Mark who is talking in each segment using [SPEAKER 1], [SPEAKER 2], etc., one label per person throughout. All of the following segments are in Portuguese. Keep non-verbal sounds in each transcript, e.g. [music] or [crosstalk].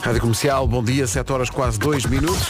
[SPEAKER 1] Rádio Comercial, bom dia, 7 horas quase 2 minutos.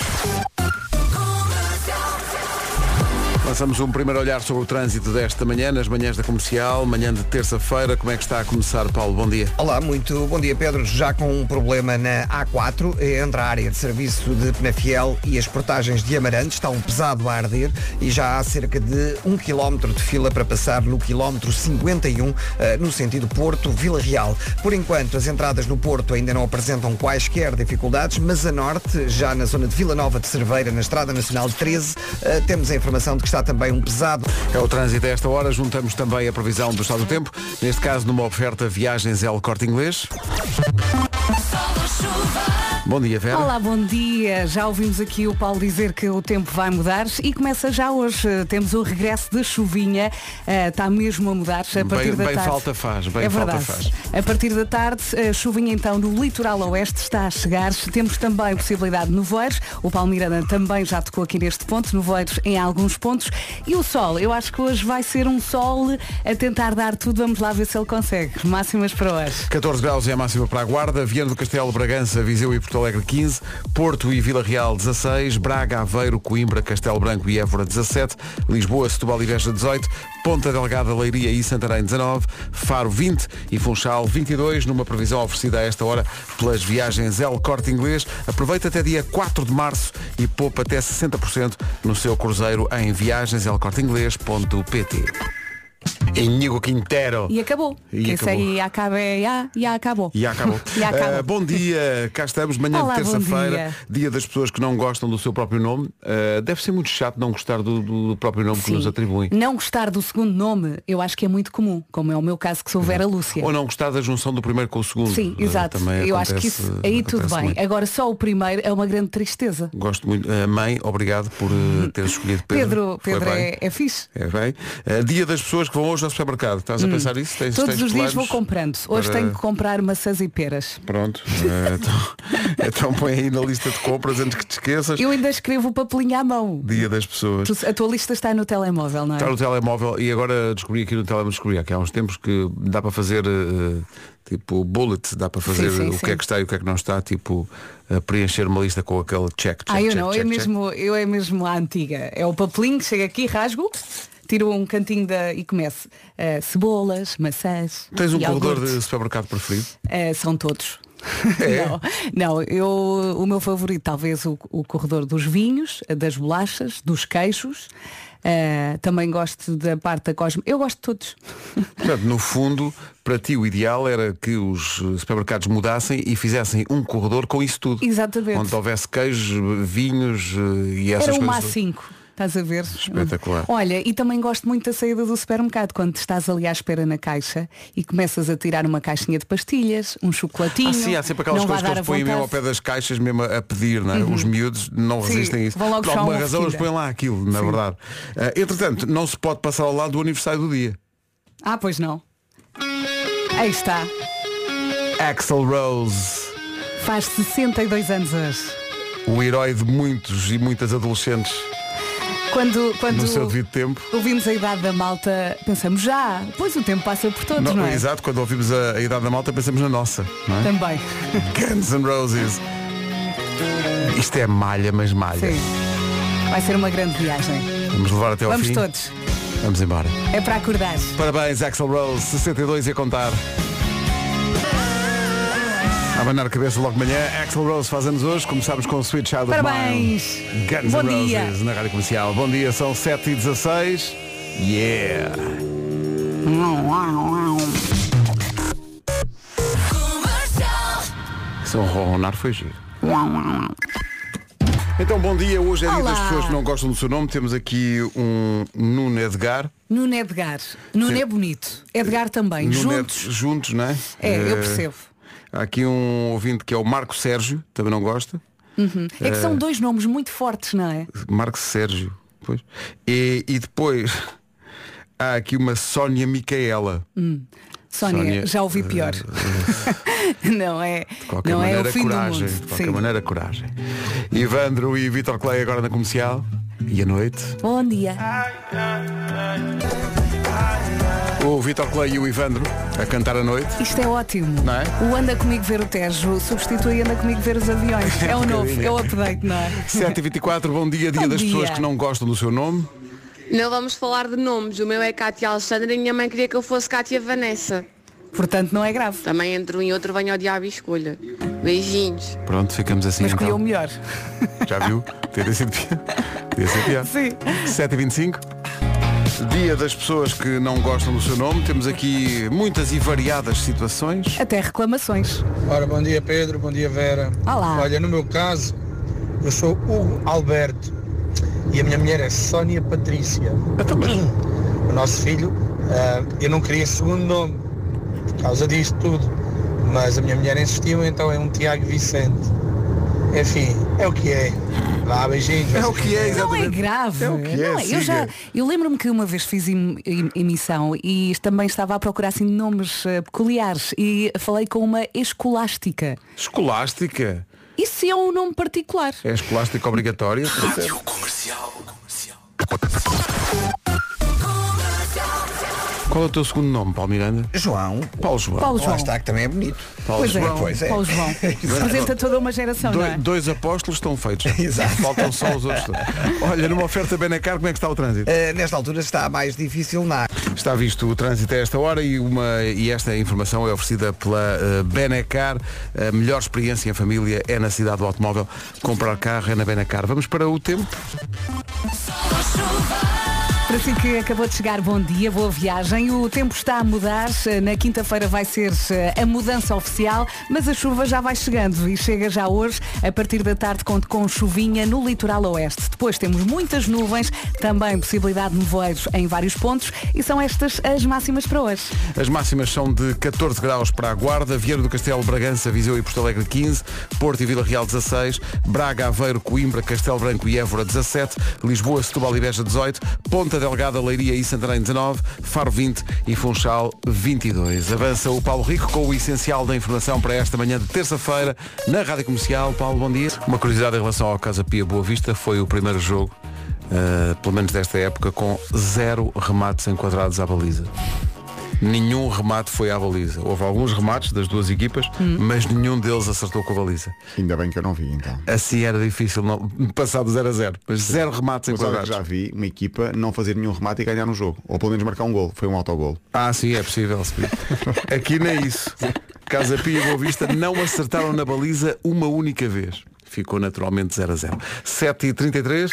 [SPEAKER 1] Lançamos um primeiro olhar sobre o trânsito desta manhã, nas manhãs da comercial, manhã de terça-feira. Como é que está a começar, Paulo? Bom dia.
[SPEAKER 2] Olá, muito bom dia Pedro. Já com um problema na A4, entre a área de serviço de Penafiel e as portagens de Amarante, está um pesado a arder e já há cerca de um quilómetro de fila para passar no quilómetro 51, eh, no sentido Porto-Vila Real. Por enquanto, as entradas no Porto ainda não apresentam quaisquer dificuldades, mas a norte, já na zona de Vila Nova de Cerveira, na Estrada Nacional 13, eh, temos a informação de que está também um pesado
[SPEAKER 1] É o trânsito a esta hora. Juntamos também a previsão do estado do tempo. Neste caso, numa oferta Viagens L Corte Inglês. Bom dia, Vera.
[SPEAKER 3] Olá, bom dia. Já ouvimos aqui o Paulo dizer que o tempo vai mudar e começa já hoje. Eh, Temos o regresso da chuvinha. Eh, Está mesmo a mudar a partir
[SPEAKER 1] Bem,
[SPEAKER 3] da
[SPEAKER 1] bem
[SPEAKER 3] tarde.
[SPEAKER 1] falta faz, bem
[SPEAKER 3] é
[SPEAKER 1] falta
[SPEAKER 3] verdade.
[SPEAKER 1] faz.
[SPEAKER 3] A partir da tarde, a chuvinha então no litoral oeste está a chegar. Temos também possibilidade de nevoeiros. O Paulo Miranda também já tocou aqui neste ponto, nevoeiros em alguns pontos. E o sol, eu acho que hoje vai ser um sol a tentar dar tudo. Vamos lá ver se ele consegue. Máximas para hoje.
[SPEAKER 1] 14 graus é a máxima para a Guarda, Viana do Castelo, Bragança, Viseu e Porto Alegre 15, Porto e Vila Real 16, Braga, Aveiro, Coimbra, Castelo Branco e Évora 17, Lisboa, Setúbal e Veja 18, Ponta Delgada, Leiria e Santarém 19, Faro 20 e Funchal 22, numa previsão oferecida a esta hora pelas viagens L Corte Inglês. Aproveita até dia 4 de março e poupa até 60% no seu cruzeiro em viagenslcorteinglês.pt. Inigo Quintero.
[SPEAKER 3] E acabou.
[SPEAKER 1] E
[SPEAKER 3] que
[SPEAKER 1] acabou.
[SPEAKER 3] Isso aí acaba, é, já, já acabou.
[SPEAKER 1] E acabou.
[SPEAKER 3] [laughs] E acabou.
[SPEAKER 1] Ah, bom dia, cá estamos, manhã
[SPEAKER 3] Olá,
[SPEAKER 1] de
[SPEAKER 3] bom
[SPEAKER 1] terça-feira,
[SPEAKER 3] dia.
[SPEAKER 1] dia. das pessoas que não gostam do seu próprio nome. Ah, deve ser muito chato não gostar do, do- do próprio nome que
[SPEAKER 3] Sim.
[SPEAKER 1] nos atribuem.
[SPEAKER 3] Não gostar do segundo nome, eu acho que é muito comum, como é o meu caso que sou Vera Lúcia.
[SPEAKER 1] Ou não gostar da junção do primeiro com o segundo.
[SPEAKER 3] Sim,
[SPEAKER 1] Ah,
[SPEAKER 3] exato.
[SPEAKER 1] Também
[SPEAKER 3] eu acho que
[SPEAKER 1] acontece-
[SPEAKER 3] isso aí tudo
[SPEAKER 1] acontece
[SPEAKER 3] bem.
[SPEAKER 1] muito.
[SPEAKER 3] Agora só o primeiro é uma grande tristeza.
[SPEAKER 1] Gosto muito. Ah, mãe, obrigado por ah, teres escolhido Pedro.
[SPEAKER 3] Hum. Pedro,
[SPEAKER 1] Foi
[SPEAKER 3] Pedro
[SPEAKER 1] bem.
[SPEAKER 3] é, é fixe.
[SPEAKER 1] É bem. Ah, dia das pessoas que vão hoje ao supermercado. Estás a pensar isso? Tens,
[SPEAKER 3] Hum. Todos
[SPEAKER 1] tens
[SPEAKER 3] os dias
[SPEAKER 1] planos?
[SPEAKER 3] vou comprando. Hoje
[SPEAKER 1] para-
[SPEAKER 3] tenho que comprar maçãs e peras.
[SPEAKER 1] Pronto. Ah, então, [laughs] então põe aí na lista de compras antes que te esqueças.
[SPEAKER 3] Eu ainda escrevo o papelinho à mão.
[SPEAKER 1] Dia das pessoas.
[SPEAKER 3] Tu- A tua lista está no telemóvel, não é?
[SPEAKER 1] Está no telemóvel e agora descobri aqui no telemóvel, descobri aqui há uns tempos que dá para fazer eh, tipo bullet, dá para fazer
[SPEAKER 3] sim,
[SPEAKER 1] o que é
[SPEAKER 3] sim.
[SPEAKER 1] que está e o que é que não está, tipo eh, preencher uma lista com aquele check, check,
[SPEAKER 3] ah, eu
[SPEAKER 1] check,
[SPEAKER 3] não,
[SPEAKER 1] check,
[SPEAKER 3] eu,
[SPEAKER 1] check.
[SPEAKER 3] mesmo, eu é mesmo a antiga. É o papelinho que chega aqui, rasgo, tiro um cantinho da, e começo. Ah, cebolas, maçãs.
[SPEAKER 1] Tens um
[SPEAKER 3] e
[SPEAKER 1] corredor
[SPEAKER 3] iogurte.
[SPEAKER 1] de supermercado preferido?
[SPEAKER 3] Eh, são todos.
[SPEAKER 1] [laughs] É?
[SPEAKER 3] Não, não, eu o meu favorito talvez o, o corredor dos vinhos, das bolachas, dos queijos. Eh, também gosto da parte da Cosmo. Eu gosto de todos.
[SPEAKER 1] Portanto, no fundo, para ti o ideal era que os eh, supermercados mudassem e fizessem um corredor com isso tudo.
[SPEAKER 3] Exatamente.
[SPEAKER 1] Onde houvesse queijo, vinhos eh, e essas
[SPEAKER 3] Era uma a
[SPEAKER 1] coisas.
[SPEAKER 3] 5. Estás a ver?
[SPEAKER 1] Espetacular.
[SPEAKER 3] Olha, e também gosto muito da saída do supermercado, quando estás ali à espera na caixa e começas a tirar uma caixinha de pastilhas, um chocolatinho.
[SPEAKER 1] Ah, sim, há sempre aquelas
[SPEAKER 3] não
[SPEAKER 1] coisas
[SPEAKER 3] vai
[SPEAKER 1] que
[SPEAKER 3] dar
[SPEAKER 1] eles põem
[SPEAKER 3] a
[SPEAKER 1] mesmo ao
[SPEAKER 3] vontade. Uhum.
[SPEAKER 1] pé das caixas mesmo a a pedir, não é? Os miúdos não
[SPEAKER 3] Sim,
[SPEAKER 1] resistem a isso.
[SPEAKER 3] vão logo
[SPEAKER 1] Por
[SPEAKER 3] só
[SPEAKER 1] alguma
[SPEAKER 3] uma
[SPEAKER 1] razão eles
[SPEAKER 3] fedida.
[SPEAKER 1] põem lá aquilo, na verdade. Ah, entretanto, não se pode passar ao lado do aniversário do dia.
[SPEAKER 3] Ah, pois não. Aí está.
[SPEAKER 1] Axel Rose,
[SPEAKER 3] Faz 62 anos hoje.
[SPEAKER 1] o herói de muitos e muitas adolescentes
[SPEAKER 3] Quando, quando
[SPEAKER 1] no seu devido tempo.
[SPEAKER 3] ouvimos a idade da malta, pensamos já, pois o tempo passa por todos, não, é?
[SPEAKER 1] Exato, quando ouvimos a, a idade da malta pensamos na nossa, não
[SPEAKER 3] [laughs]
[SPEAKER 1] é?
[SPEAKER 3] Também.
[SPEAKER 1] Guns N' Roses. Isto é malha, mas malha.
[SPEAKER 3] Sim. Vai ser uma grande viagem.
[SPEAKER 1] Vamos levar até ao
[SPEAKER 3] Vamos
[SPEAKER 1] fim.
[SPEAKER 3] todos.
[SPEAKER 1] Vamos embora.
[SPEAKER 3] É para acordar.
[SPEAKER 1] Parabéns, Axel Rose, 62 e a contar. A abanar a cabeça logo de manhã, Axel Rose faz anos hoje, começámos com Sweet Child of Mine.
[SPEAKER 3] Parabéns.
[SPEAKER 1] Guns
[SPEAKER 3] Bom
[SPEAKER 1] N'
[SPEAKER 3] dia.
[SPEAKER 1] Roses na Rádio Comercial. Bom dia, são 7 e 16 Yeah! São ronronar foi giro. Então, bom dia. Hoje é dia
[SPEAKER 3] Olá.
[SPEAKER 1] das pessoas que não gostam do seu nome. Temos aqui um Nuno Edgar.
[SPEAKER 3] Nuno Edgar. Nuno é bonito. Edgar também.
[SPEAKER 1] Nuno
[SPEAKER 3] Juntos.
[SPEAKER 1] Ed- juntos, não é?
[SPEAKER 3] É,
[SPEAKER 1] Eh,
[SPEAKER 3] eu percebo.
[SPEAKER 1] Há aqui um ouvinte que é o Marco Sérgio, também não gosta.
[SPEAKER 3] É
[SPEAKER 1] eh,
[SPEAKER 3] que são dois nomes muito fortes, não é?
[SPEAKER 1] Marco Sérgio. Pois. E, e depois [laughs] há aqui uma Sónia Micaela.
[SPEAKER 3] Sónia,
[SPEAKER 1] Sónia, eh,
[SPEAKER 3] já ouvi pior. [laughs] não é,
[SPEAKER 1] De qualquer
[SPEAKER 3] não é
[SPEAKER 1] maneira,
[SPEAKER 3] o fim
[SPEAKER 1] coragem.
[SPEAKER 3] do mundo.
[SPEAKER 1] De qualquer
[SPEAKER 3] Sim.
[SPEAKER 1] maneira, coragem. Ivandro e Vitor Clay agora na comercial. E à noite.
[SPEAKER 3] Bom dia.
[SPEAKER 1] O Vitor Clay e o Ivandro a cantar à noite.
[SPEAKER 3] Isto é ótimo.
[SPEAKER 1] Não é?
[SPEAKER 3] O Anda Comigo Ver o Tejo substitui Anda Comigo Ver os
[SPEAKER 1] [laughs]
[SPEAKER 3] Aviões.
[SPEAKER 1] um
[SPEAKER 3] É o novo, é o update, não é?
[SPEAKER 1] 7h24, bom dia, dia
[SPEAKER 3] Bom
[SPEAKER 1] das
[SPEAKER 3] dia.
[SPEAKER 1] pessoas que não gostam do seu nome.
[SPEAKER 4] Não vamos falar de nomes. O meu é Cátia Alexandra e minha mãe queria que eu fosse Cátia Vanessa.
[SPEAKER 3] Portanto, não é grave.
[SPEAKER 4] Também entre um e outro venho ao diabo e escolha. Beijinhos.
[SPEAKER 1] Pronto, ficamos assim
[SPEAKER 3] Mas escolheu
[SPEAKER 1] então.
[SPEAKER 3] o melhor.
[SPEAKER 1] Já viu? Teria sido pior. Teria sido pior.
[SPEAKER 3] Sim.
[SPEAKER 1] 7h25. Dia das pessoas que não gostam do seu nome. Temos aqui muitas e variadas situações.
[SPEAKER 3] Até reclamações.
[SPEAKER 5] Ora, bom dia Pedro, bom dia Vera.
[SPEAKER 3] Olá.
[SPEAKER 5] Olha, no meu caso, eu sou Hugo Alberto e a minha mulher é Sónia Patrícia. O nosso filho, ah, eu não queria segundo nome por causa disto tudo, mas a minha mulher insistiu, então é um Tiago Vicente. Enfim, é o que é. Vá, beijinhos.
[SPEAKER 1] É o
[SPEAKER 5] vocês
[SPEAKER 1] que é,
[SPEAKER 5] vão
[SPEAKER 3] Não
[SPEAKER 1] exatamente.
[SPEAKER 3] é grave.
[SPEAKER 1] É o que é,
[SPEAKER 3] não Eu,
[SPEAKER 1] siga.
[SPEAKER 3] já, eu lembro-me que uma vez fiz em- em- emissão e também estava a procurar assim, nomes eh, peculiares e falei com uma escolástica.
[SPEAKER 1] Escolástica.
[SPEAKER 3] Isso é um nome particular.
[SPEAKER 1] É escolástica obrigatória. Qual é o teu segundo nome, Paulo Miranda?
[SPEAKER 2] João.
[SPEAKER 1] Paulo João.
[SPEAKER 3] Paulo João.
[SPEAKER 2] Lá está, que também é bonito.
[SPEAKER 1] Paulo
[SPEAKER 3] Pois é,
[SPEAKER 1] João.
[SPEAKER 2] Pois é.
[SPEAKER 3] Paulo João.
[SPEAKER 1] [laughs]
[SPEAKER 2] [laughs]
[SPEAKER 3] [laughs] Representa toda uma geração,
[SPEAKER 1] Doi-
[SPEAKER 3] não é?
[SPEAKER 1] Dois apóstolos estão
[SPEAKER 3] [laughs]
[SPEAKER 1] feitos.
[SPEAKER 2] Exato.
[SPEAKER 1] Faltam só os outros. dois. Olha, numa oferta Benacar, como é que está o trânsito?
[SPEAKER 2] Eh, nesta altura está mais difícil na
[SPEAKER 1] Está visto o trânsito a esta hora e, uma, e esta informação é oferecida pela eh, Benacar. A melhor experiência em família é na cidade do automóvel. Comprar carro é na Benacar. Vamos para o tempo.
[SPEAKER 3] Para si que acabou de chegar, bom dia, boa viagem. O tempo está a mudar. Na quinta-feira vai ser eh, a mudança oficial, mas a chuva já vai chegando e chega já hoje. A partir da tarde conto com chuvinha no litoral oeste. Depois temos muitas nuvens, também possibilidade de nevoeiros em vários pontos e são estas as máximas para hoje.
[SPEAKER 1] As máximas são de 14 graus para a Guarda, Vieira do Castelo, Bragança, Viseu e Porto Alegre 15, Porto e Vila Real 16, Braga, Aveiro, Coimbra, Castelo Branco e Évora 17, Lisboa, Setúbal e Beja 18, Ponta Delgada, Leiria e Santarém 19, Faro 20 e Funchal 22. Avança o Paulo Rico com o essencial da informação para esta manhã de terça-feira na Rádio Comercial. Paulo, bom dia. Uma curiosidade em relação ao Casa Pia Boa Vista foi o primeiro jogo eh, pelo menos desta época, com zero remates enquadrados à baliza. Nenhum remate foi à baliza. Houve alguns remates das duas equipas,
[SPEAKER 3] Hum.
[SPEAKER 1] mas nenhum deles acertou com a baliza.
[SPEAKER 6] Ainda bem que eu não vi então.
[SPEAKER 7] É,
[SPEAKER 1] Assim era difícil não, passar do 0 a 0. Mas zero remates
[SPEAKER 6] Mas olha que
[SPEAKER 1] enquadrados.
[SPEAKER 6] já vi uma equipa não fazer nenhum remate e ganhar um jogo. Ou pelo menos marcar um gol. Foi um autogol.
[SPEAKER 1] Ah, sim, é possível.
[SPEAKER 3] [laughs]
[SPEAKER 1] Speed. Aqui não é isso. Casa Pia e Boa Vista não acertaram na baliza uma única vez. Ficou naturalmente 0 a 0. 7h33.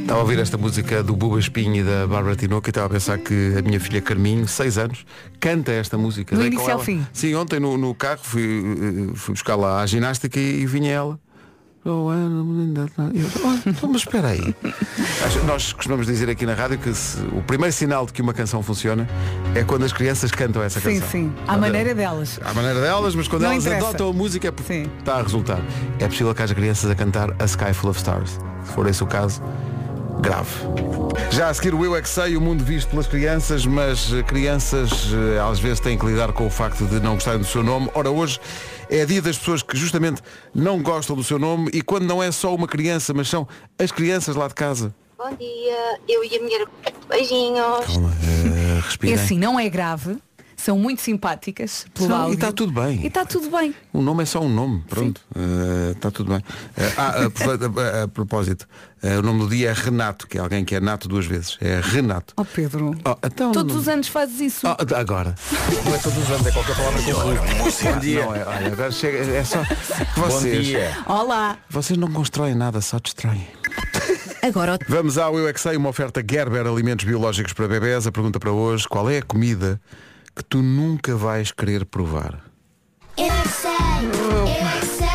[SPEAKER 1] Estava a ouvir esta música do Buba Espinho e da Bárbara Tinoco e estava a pensar que a minha filha Carminho, 6 anos, canta esta música.
[SPEAKER 3] Do
[SPEAKER 1] Dei com
[SPEAKER 3] início ao
[SPEAKER 1] ela-
[SPEAKER 3] fim.
[SPEAKER 1] Sim, ontem no, no carro fui, eh, fui buscar lá à ginástica e, e vinha ela. Oh, Ana, eu, oh, então, mas espera aí. Acho- Nós costumamos dizer aqui na rádio que se- o primeiro sinal de que uma canção funciona é quando as crianças cantam essa
[SPEAKER 3] Sim,
[SPEAKER 1] canção.
[SPEAKER 3] sim, à maneira delas.
[SPEAKER 1] À maneira delas, mas quando
[SPEAKER 3] Não
[SPEAKER 1] elas
[SPEAKER 3] interessa.
[SPEAKER 1] adotam a música é porque
[SPEAKER 3] Sim.
[SPEAKER 1] está a resultar. É possível que haja crianças a cantar A Sky Full of Stars. Se for esse o caso, grave. Já a seguir o Eu É Que Sei, o mundo visto pelas crianças, mas eh, crianças eh, às vezes têm que lidar com o facto de não gostarem do seu nome. Ora, hoje é dia das pessoas que justamente não gostam do seu nome e quando não é só uma criança, mas são as crianças lá de casa.
[SPEAKER 8] Bom dia, eu e a mulher. Beijinhos.
[SPEAKER 3] E
[SPEAKER 1] respira.
[SPEAKER 3] assim, não é grave. São muito simpáticas pelo
[SPEAKER 1] São, e
[SPEAKER 3] áudio.
[SPEAKER 1] está tudo bem.
[SPEAKER 3] E está tudo bem.
[SPEAKER 1] O nome é só um nome, pronto. Eh, Está tudo bem. Eh, ah, [laughs] a, propó- a- a- a propósito, eh, o nome do dia é Renato, que é alguém que é nato duas vezes. É Renato.
[SPEAKER 3] Oh Pedro,
[SPEAKER 1] Oh, então-
[SPEAKER 3] todos os anos fazes isso.
[SPEAKER 1] Oh, ad- agora. Não é todos anos, é qualquer palavra que eu Bom dia. Não, é, olha, agora chega, é só. Vocês,
[SPEAKER 3] Olá.
[SPEAKER 1] vocês não constroem nada, só destroem.
[SPEAKER 3] Agora
[SPEAKER 1] Vamos ao Eu é Que Sei, uma oferta Gerber Alimentos Biológicos para Bebés. A pergunta para hoje, qual é a comida que tu nunca vais querer provar?
[SPEAKER 9] Eu é que sei, eu é que sei,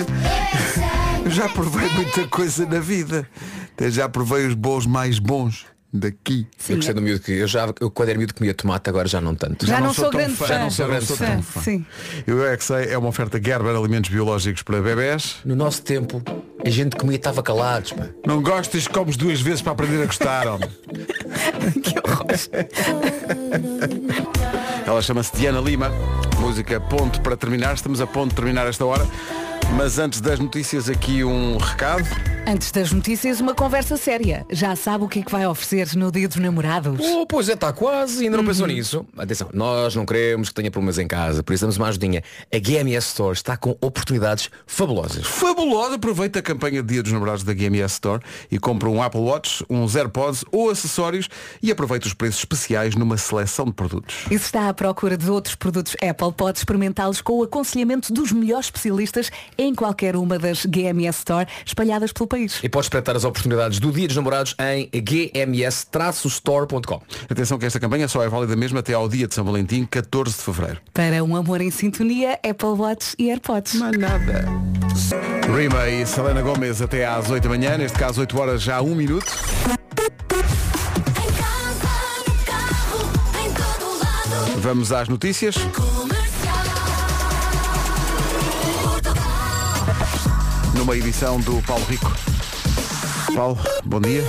[SPEAKER 9] eu é que sei.
[SPEAKER 1] Eu já provei muita coisa na vida. Até já provei os bons mais bons daqui.
[SPEAKER 10] Eu gostei do miúdo que eu já eu, quando era miúdo comia tomate, agora já não tanto.
[SPEAKER 3] Já, não, sou,
[SPEAKER 1] tão
[SPEAKER 3] grande
[SPEAKER 1] fã.
[SPEAKER 3] fã.
[SPEAKER 10] Já não sou grande
[SPEAKER 3] Sim,
[SPEAKER 10] fã.
[SPEAKER 3] Sim.
[SPEAKER 1] Eu é que sei, é uma oferta Gerber Alimentos Biológicos para Bebés.
[SPEAKER 10] No nosso tempo, a gente comia estava calados, pá.
[SPEAKER 1] Não gostas, comes duas vezes para aprender a gostar, homem. Ela chama-se Diana Lima. Música ponto para terminar. Estamos a ponto de terminar esta hora. Mas antes das notícias, aqui um recado.
[SPEAKER 3] Antes das notícias, uma conversa séria. Já sabe o que é que vai oferecer no Dia dos Namorados?
[SPEAKER 11] Oh, pois é, está quase, ainda não pensou nisso. Atenção, nós não queremos que tenha problemas em casa, por isso damos uma ajudinha. A GMS Store está com oportunidades fabulosas.
[SPEAKER 1] Fabulosa, aproveita a campanha de Dia dos Namorados da GMS Store e compra um Apple Watch, uns AirPods ou acessórios e aproveita os preços especiais numa seleção de produtos.
[SPEAKER 3] E se está à procura de outros produtos Apple, pode experimentá-los com o aconselhamento dos melhores especialistas em qualquer uma das GMS Store espalhadas pelo país.
[SPEAKER 11] E podes espreitar as oportunidades do Dia dos Namorados em gms-store.com.
[SPEAKER 1] Atenção que esta campanha só é válida mesmo até ao dia de São Valentim, 14 de Fevereiro.
[SPEAKER 3] Para um amor em sintonia, Apple Watch e AirPods.
[SPEAKER 1] nada. Rima e Selena Gomes até às 8 da manhã, neste caso 8 horas já 1 minuto.
[SPEAKER 12] Em casa, no carro, em todo lado.
[SPEAKER 1] Vamos às notícias.
[SPEAKER 12] Comercial. Portugal.
[SPEAKER 1] numa edição do Paulo Rico. Paulo, bom dia.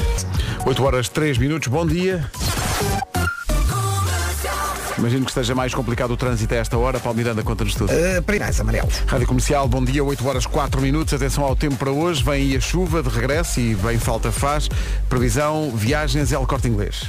[SPEAKER 1] 8 horas 3 minutos, bom dia. Imagino que esteja mais complicado o trânsito a esta hora. Paulo Miranda, conta-nos tudo.
[SPEAKER 10] Uh, Perinais amarelos.
[SPEAKER 1] Rádio Comercial, bom dia, 8 horas 4 minutos. Atenção ao tempo para hoje. Vem aí a chuva de regresso e bem falta faz. Previsão, viagens e corte inglês.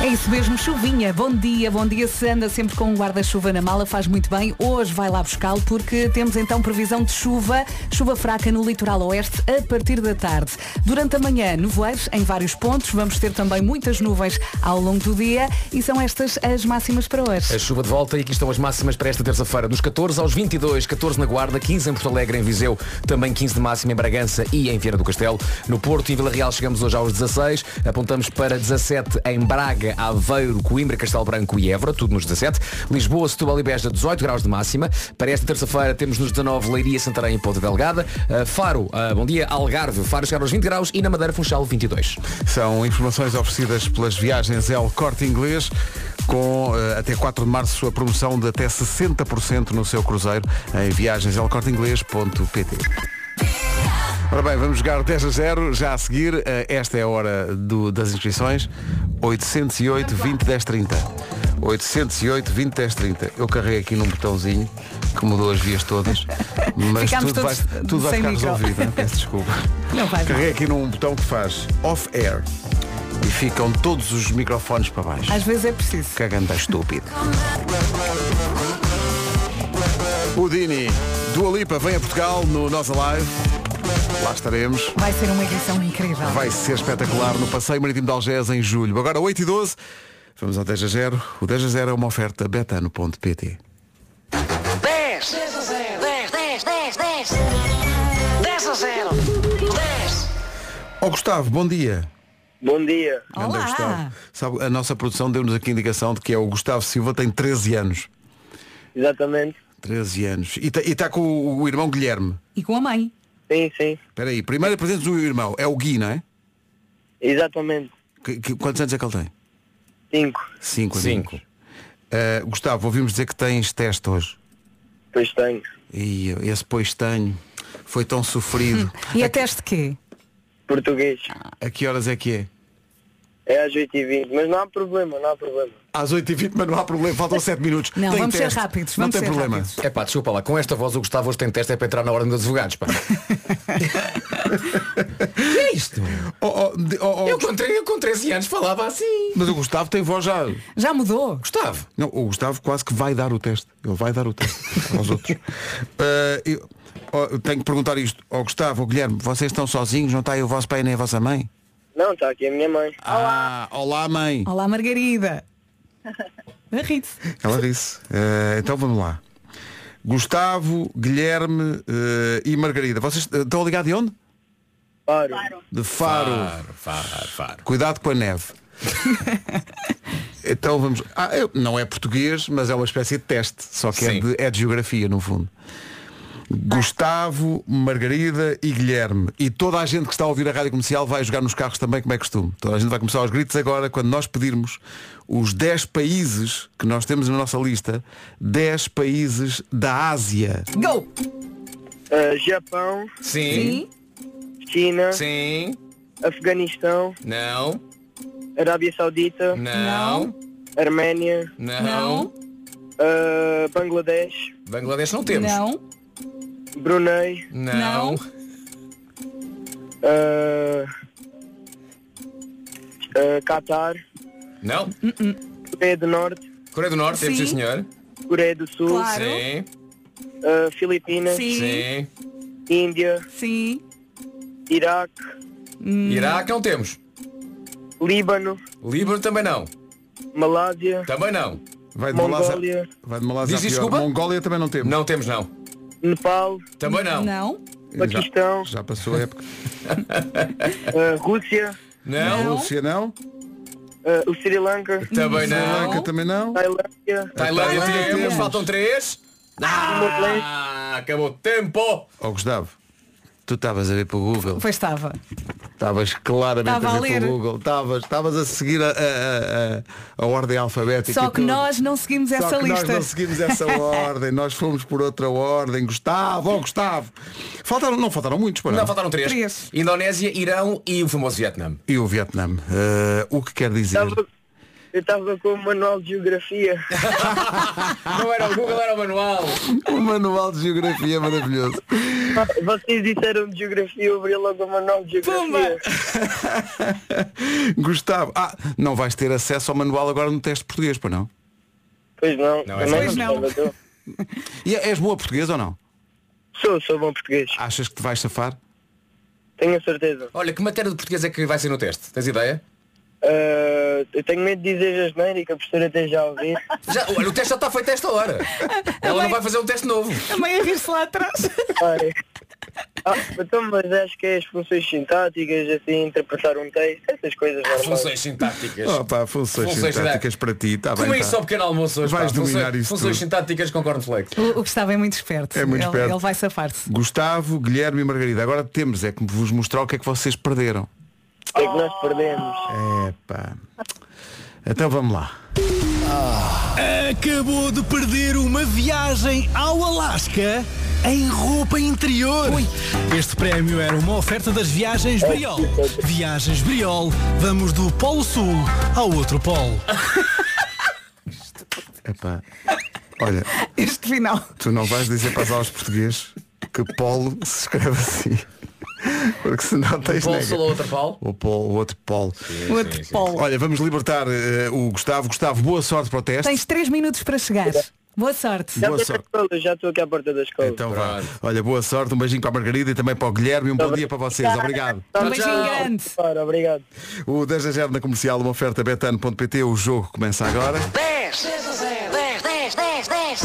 [SPEAKER 3] É isso mesmo, chuvinha. Bom dia, bom dia. Se anda sempre com um guarda-chuva na mala, faz muito bem. Hoje vai lá buscá-lo porque temos então previsão de chuva, chuva fraca no litoral oeste a partir da tarde. Durante a manhã, nevoeiros em vários pontos. Vamos ter também muitas nuvens ao longo do dia e são estas as máximas para hoje.
[SPEAKER 11] A chuva de volta e aqui estão as máximas para esta terça-feira. Dos 14 aos 22, 14 na Guarda, 15 em Porto Alegre, em Viseu, também 15 de máxima em Bragança e em Vieira do Castelo. No Porto e Vila Real chegamos hoje aos 16, apontamos para 17 em Braga, Aveiro, Coimbra, Castelo Branco e Évora, tudo nos 17. Lisboa, Setúbal e Beja, 18 graus de máxima. Para esta terça-feira temos nos 19 Leiria, Santarém e Ponta Delgada. Ah, Faro, ah, bom dia, Algarve, Faro chegar aos 20 graus e na Madeira Funchal 22.
[SPEAKER 1] São informações oferecidas pelas viagens El Corte Inglês, com eh, até 4 de março a promoção de até 60% no seu cruzeiro em viagenselcorteinglês.pt. Ora bem, vamos jogar 10 a 0, já a seguir, eh, esta é a hora do- das inscrições, 808 20 10 30. 808 20 10 30. Eu carreguei aqui num botãozinho que mudou as vias todas, mas
[SPEAKER 3] Ficámos
[SPEAKER 1] tudo vai,
[SPEAKER 3] todos
[SPEAKER 1] tudo vai
[SPEAKER 3] sem
[SPEAKER 1] ficar
[SPEAKER 3] micro.
[SPEAKER 1] resolvido, hein? peço desculpa.
[SPEAKER 3] Não vai.
[SPEAKER 1] Carreguei aqui num botão que faz off-air e ficam todos os microfones para baixo.
[SPEAKER 3] Às vezes é preciso.
[SPEAKER 1] Cagando estúpido. O Dini, Dua Lipa, vem a Portugal no Nós Alive. Lá estaremos.
[SPEAKER 3] Vai ser uma edição incrível.
[SPEAKER 1] Vai ser espetacular no Passeio Marítimo de Algés em julho. Agora 8 e 12. Vamos ao 10 a 0. O 10 a 0 é uma oferta betano.pt.
[SPEAKER 13] 10 10 10 10 10 10 a 0 10
[SPEAKER 1] Ó Gustavo, bom dia.
[SPEAKER 7] Bom dia.
[SPEAKER 1] Anda,
[SPEAKER 11] é
[SPEAKER 3] Olá.
[SPEAKER 1] Gustavo. Sabe, a nossa produção deu-nos aqui a indicação de que é o Gustavo Silva, tem 13 anos.
[SPEAKER 7] Exatamente.
[SPEAKER 1] 13 anos. E está com o, o irmão Guilherme.
[SPEAKER 3] E com a mãe.
[SPEAKER 7] Sim, sim.
[SPEAKER 1] Espera aí, primeiro apresentes o irmão. É o Gui, não é?
[SPEAKER 7] Exatamente.
[SPEAKER 1] Que- que- quantos anos é que ele tem?
[SPEAKER 7] Cinco.
[SPEAKER 1] Cinco.
[SPEAKER 11] Cinco.
[SPEAKER 1] aninhos. Ah, Gustavo, ouvimos dizer que tens teste hoje.
[SPEAKER 7] Pois tenho.
[SPEAKER 1] E esse pois tenho. Foi tão sofrido.
[SPEAKER 3] E é teste quê?
[SPEAKER 7] Português.
[SPEAKER 1] A que horas é que é?
[SPEAKER 7] É às 8h20. Mas não há problema, não há problema.
[SPEAKER 1] Às 8h20, mas não há problema. Faltam 7 minutos.
[SPEAKER 3] Não,
[SPEAKER 1] Tem
[SPEAKER 3] vamos ser
[SPEAKER 1] teste.
[SPEAKER 3] rápidos,
[SPEAKER 1] Não
[SPEAKER 3] vamos
[SPEAKER 1] tem
[SPEAKER 3] ser
[SPEAKER 1] problema.
[SPEAKER 3] rápidos.
[SPEAKER 11] É pá, desculpa lá, com esta voz o Gustavo hoje tem teste é para entrar na ordem dos advogados, pá. que é isto?
[SPEAKER 1] Oh, oh, de- oh, oh,
[SPEAKER 11] Eu com, tre- eu com 13 anos falava assim.
[SPEAKER 1] Mas o Gustavo tem voz já.
[SPEAKER 3] Já mudou?
[SPEAKER 11] Gustavo,
[SPEAKER 1] Não, o Gustavo quase que vai dar o teste. Ele vai dar o teste [laughs] aos outros. Ah, eu, oh, eu tenho que perguntar isto. Ó Gustavo, ó Guilherme, vocês estão sozinhos? Não está aí o vosso pai nem a vossa mãe?
[SPEAKER 7] Não, está aqui a minha mãe.
[SPEAKER 1] Olá. Ah, olá mãe.
[SPEAKER 3] Olá, Margarida. Ri-se.
[SPEAKER 1] Ela disse. Eh, então vamos lá. Gustavo, Guilherme eh, e Margarida. Vocês eh, estão ligados de onde?
[SPEAKER 7] Paro.
[SPEAKER 1] De Faro.
[SPEAKER 11] Faro, faro, faro.
[SPEAKER 1] Cuidado com a neve. [laughs] então vamos. Ah, eu- não é português, mas é uma espécie de teste. Só que é
[SPEAKER 11] Sim.
[SPEAKER 1] de, é de geografia, no fundo. Gustavo, Margarida e Guilherme. E toda a gente que está a ouvir a rádio comercial vai jogar nos carros também, como é costume. Toda a gente vai começar aos gritos agora, quando nós pedirmos os 10 países que nós temos na nossa lista, 10 países da Ásia.
[SPEAKER 3] Go!
[SPEAKER 7] Ah, Japão,
[SPEAKER 11] Sim,
[SPEAKER 7] China,
[SPEAKER 11] sim,
[SPEAKER 7] Afeganistão,
[SPEAKER 11] não,
[SPEAKER 7] Arábia Saudita,
[SPEAKER 11] não,
[SPEAKER 7] Arménia,
[SPEAKER 11] não.
[SPEAKER 3] Não.
[SPEAKER 7] ah, Bangladesh,
[SPEAKER 11] Bangladesh não temos.
[SPEAKER 3] Não.
[SPEAKER 11] Brunei.
[SPEAKER 7] Não.
[SPEAKER 11] Ah, ah, Qatar.
[SPEAKER 7] Não?
[SPEAKER 11] Coreia do Norte.
[SPEAKER 7] Coreia do Norte, teve sim,
[SPEAKER 11] Sim.
[SPEAKER 7] senhor.
[SPEAKER 11] Coreia É do Sul.
[SPEAKER 7] Sim.
[SPEAKER 11] Ah, Filipinas.
[SPEAKER 7] Sim.
[SPEAKER 11] Índia.
[SPEAKER 3] Sim.
[SPEAKER 11] Iraque.
[SPEAKER 7] Iraque não temos.
[SPEAKER 11] Líbano.
[SPEAKER 7] Líbano também não.
[SPEAKER 11] Malásia.
[SPEAKER 7] Também não.
[SPEAKER 1] Vai
[SPEAKER 11] de Malásia- Mongólia.
[SPEAKER 1] Vai de Malásia
[SPEAKER 7] Diz
[SPEAKER 1] a pior.
[SPEAKER 7] desculpa?
[SPEAKER 1] Mongólia também não temos.
[SPEAKER 7] Não temos, não.
[SPEAKER 11] Nepal.
[SPEAKER 7] Também não.
[SPEAKER 3] Não.
[SPEAKER 11] Paquistão.
[SPEAKER 1] Já, já passou a época.
[SPEAKER 11] ah, Rússia.
[SPEAKER 7] Não.
[SPEAKER 1] Na Rússia não.
[SPEAKER 11] ah, o Sri Lanka.
[SPEAKER 7] Também
[SPEAKER 1] Sri
[SPEAKER 7] não.
[SPEAKER 1] Lanka também não.
[SPEAKER 11] Tailândia.
[SPEAKER 7] Tá. Tailândia
[SPEAKER 1] Tailândia.
[SPEAKER 7] temos, faltam três. Ah, acabou o tempo.
[SPEAKER 1] Ó Oh, Gustavo, tu estavas a ver para o Google.
[SPEAKER 3] Pois estava.
[SPEAKER 1] Estavas claramente
[SPEAKER 3] Estava
[SPEAKER 1] a
[SPEAKER 3] a
[SPEAKER 1] ver para
[SPEAKER 3] ler.
[SPEAKER 1] o Google. Estavas estavas a seguir a, a- a- a- a ordem alfabética.
[SPEAKER 3] Só
[SPEAKER 1] e
[SPEAKER 3] que
[SPEAKER 1] tudo.
[SPEAKER 3] nós não seguimos
[SPEAKER 1] Só
[SPEAKER 3] essa
[SPEAKER 1] que
[SPEAKER 3] lista.
[SPEAKER 1] nós não seguimos essa ordem, nós fomos por outra ordem. Gustavo, oh Gustavo. Faltaram, não faltaram muitos, para
[SPEAKER 7] Não, faltaram três. Indonésia, Irão e o famoso Vietnã.
[SPEAKER 1] E o Vietnã, eh, o que quer dizer?
[SPEAKER 11] Eu estava com o manual de geografia.
[SPEAKER 7] [laughs] Não era o Google, era o manual.
[SPEAKER 1] O manual de geografia é maravilhoso.
[SPEAKER 11] Vocês disseram de geografia, eu abri logo o manual de geografia.
[SPEAKER 1] [laughs] Gustavo, ah, não vais ter acesso ao manual agora no teste de português, para não?
[SPEAKER 11] Pois não,
[SPEAKER 1] Não,
[SPEAKER 11] também
[SPEAKER 1] essa
[SPEAKER 11] não.
[SPEAKER 1] não.
[SPEAKER 11] estava, não.
[SPEAKER 1] E é, és boa português ou não?
[SPEAKER 11] Sou, sou bom português.
[SPEAKER 1] Achas que te vais safar?
[SPEAKER 11] Tenho a certeza.
[SPEAKER 7] Olha, que matéria de português é que vai ser no teste? Tens ideia?
[SPEAKER 11] Ah, eu tenho medo de dizer a geneira e que a professora até
[SPEAKER 7] [laughs]
[SPEAKER 11] já ouvir.
[SPEAKER 7] Já, olha, o teste já está feito a esta
[SPEAKER 1] [laughs]
[SPEAKER 7] hora. Ela não vai fazer um teste novo.
[SPEAKER 3] Também a vir-se lá
[SPEAKER 7] [laughs]
[SPEAKER 3] atrás.
[SPEAKER 11] Ah, então, mas acho que é as funções sintáticas, assim, interpretar um texto, essas coisas normais.
[SPEAKER 7] Funções sintáticas.
[SPEAKER 1] Oh, pá, funções
[SPEAKER 7] Funções
[SPEAKER 1] sintáticas para ti, está bem.
[SPEAKER 7] Como é
[SPEAKER 1] tá.
[SPEAKER 7] isso ao pequeno almoço hoje?
[SPEAKER 1] Vais
[SPEAKER 7] pá? Funções-
[SPEAKER 1] dominar isso
[SPEAKER 7] Funções
[SPEAKER 1] tudo.
[SPEAKER 7] sintáticas com cornflakes.
[SPEAKER 3] O, o Gustavo é muito esperto.
[SPEAKER 1] É muito
[SPEAKER 3] ele,
[SPEAKER 1] esperto.
[SPEAKER 3] ele vai safar-se.
[SPEAKER 1] Gustavo, Guilherme e Margarida, agora temos é que vos mostrar o que é que vocês perderam.
[SPEAKER 11] É que nós perdemos.
[SPEAKER 1] Epá. Então vamos lá.
[SPEAKER 10] Acabou de perder uma viagem ao Alasca em roupa interior. Este prémio era uma oferta das viagens
[SPEAKER 7] Oh.
[SPEAKER 10] Briol.
[SPEAKER 11] Então,
[SPEAKER 10] Viagens Briol, vamos do Polo Sul ao outro Polo.
[SPEAKER 1] Epá. Olha,
[SPEAKER 3] Este final.
[SPEAKER 1] tu não vais dizer para os aos portugueses que polo se escreve assim. Porque senão tens
[SPEAKER 7] Polo
[SPEAKER 1] nega.
[SPEAKER 7] Sul ou outro Polo?
[SPEAKER 1] O polo, o outro polo.
[SPEAKER 3] O outro polo.
[SPEAKER 1] Olha, vamos libertar eh, o Gustavo. Gustavo, boa sorte para o teste.
[SPEAKER 3] Tens três minutos para chegar. Boa sorte.
[SPEAKER 1] Boa sorte.
[SPEAKER 11] Já estou aqui à porta da escola.
[SPEAKER 1] Então vá. Olha, boa sorte, um beijinho para a Margarida e também para o Guilherme e um bom dia para vocês. Obrigado.
[SPEAKER 3] Um beijinho grande.
[SPEAKER 11] Ora, obrigado.
[SPEAKER 1] O 10 a 0 na comercial, uma oferta betano.pt, o jogo começa agora.
[SPEAKER 9] é
[SPEAKER 14] 10 a 0. 10, 10, 10, 10.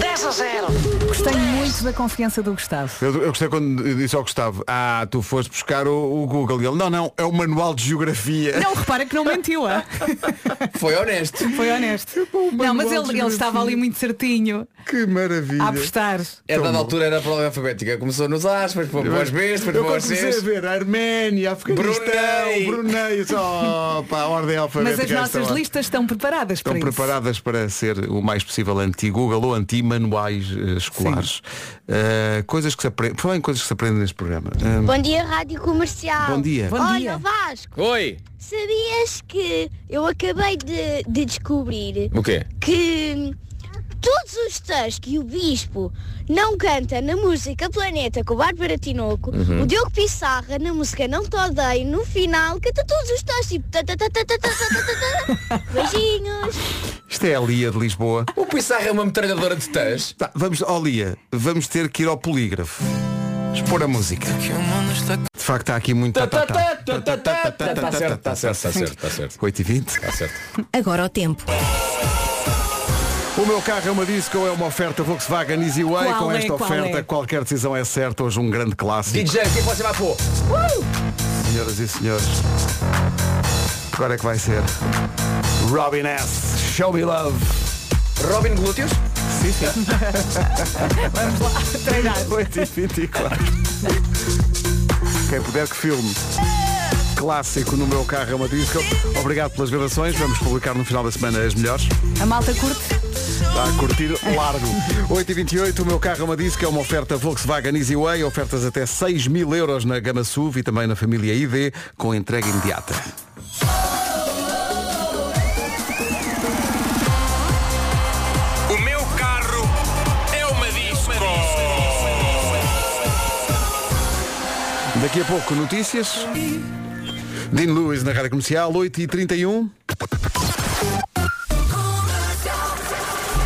[SPEAKER 14] 10 a 0.
[SPEAKER 3] Gostei muito da confiança do Gustavo.
[SPEAKER 1] Eu, eu gostei quando eu disse ao Gustavo, ah, tu foste buscar o, o Google. E ele, não, não, é o manual de geografia.
[SPEAKER 3] Não, repara que não mentiu. ah.
[SPEAKER 7] Foi honesto.
[SPEAKER 3] Foi
[SPEAKER 7] É
[SPEAKER 3] honesto. Não, mas ele, ele estava ali muito certinho
[SPEAKER 1] Que maravilha.
[SPEAKER 3] a apostar.
[SPEAKER 7] A dada altura era a prova alfabética. Começou nos As, depois para os Bs, depois
[SPEAKER 1] eu
[SPEAKER 7] para
[SPEAKER 1] quando
[SPEAKER 7] os
[SPEAKER 1] comecei a
[SPEAKER 7] Cs.
[SPEAKER 1] ver Arménia, Afeganistão,
[SPEAKER 7] Brunei.
[SPEAKER 1] Brunei, só pá, a ordem
[SPEAKER 3] Mas
[SPEAKER 1] alfabética.
[SPEAKER 3] as
[SPEAKER 1] a esta
[SPEAKER 3] nossas
[SPEAKER 1] hora.
[SPEAKER 3] listas estão preparadas
[SPEAKER 1] Estão
[SPEAKER 3] para isso.
[SPEAKER 1] preparadas para ser o mais possível anti-Google ou anti-manuais eh, escolares. Eh, coisas que se aprendem. Falem coisas que se aprendem neste programa. Eh,
[SPEAKER 8] Bom dia, Rádio Comercial.
[SPEAKER 1] Bom dia. Bom
[SPEAKER 8] Olha,
[SPEAKER 1] dia.
[SPEAKER 8] Vasco,
[SPEAKER 7] Oi.
[SPEAKER 8] sabias que eu acabei de, de descobrir
[SPEAKER 7] O quê?
[SPEAKER 8] que todos os textos que o Bispo não canta na música Planeta com o Bárbara Tinoco,
[SPEAKER 7] Uhum.
[SPEAKER 8] o Diogo Pissarra na música Não Te Odeio, no final canta todos os textos tipo... ta, ta, ta, ta, ta, ta, ta, ta, ta. Beijinhos!
[SPEAKER 1] Isto é a Lia de Lisboa.
[SPEAKER 7] O Pissarra é uma metralhadora de tãs.
[SPEAKER 1] Tá, vamos, ó Lia, vamos ter que ir ao polígrafo. Expor a música. De facto está aqui muito. tá, tá, tá.
[SPEAKER 7] Está certo, está certo, está certo, está certo.
[SPEAKER 1] 8 e 20
[SPEAKER 7] Está certo.
[SPEAKER 15] Agora o tempo.
[SPEAKER 1] O meu carro é uma disco, é uma oferta Volkswagen Easy Way.
[SPEAKER 7] Qual
[SPEAKER 1] Com
[SPEAKER 7] é,
[SPEAKER 1] esta
[SPEAKER 7] qual
[SPEAKER 1] oferta,
[SPEAKER 7] é?
[SPEAKER 1] qualquer decisão é certa. Hoje um grande clássico.
[SPEAKER 7] DJ, o que é que você vai pôr?
[SPEAKER 1] Senhoras e senhores, agora é que vai ser Robin S. Show me love.
[SPEAKER 7] Robin Glúteos?
[SPEAKER 1] Sim, sim.
[SPEAKER 3] Vamos lá, treinar.
[SPEAKER 1] 8 e 24 Quem puder que filme. Clássico no meu carro é uma disco. Obrigado pelas gravações. Vamos publicar no final da semana as melhores.
[SPEAKER 3] A malta curte.
[SPEAKER 1] Está a curtir largo. 8h28, o meu carro é uma disco, é uma oferta Volkswagen Easy Way, ofertas até 6 mil euros na gama SUV e também na família ID, com entrega imediata.
[SPEAKER 16] O meu carro é uma disco.
[SPEAKER 1] Daqui a pouco, notícias. Dean Lewis na Rádio Comercial, 8h31.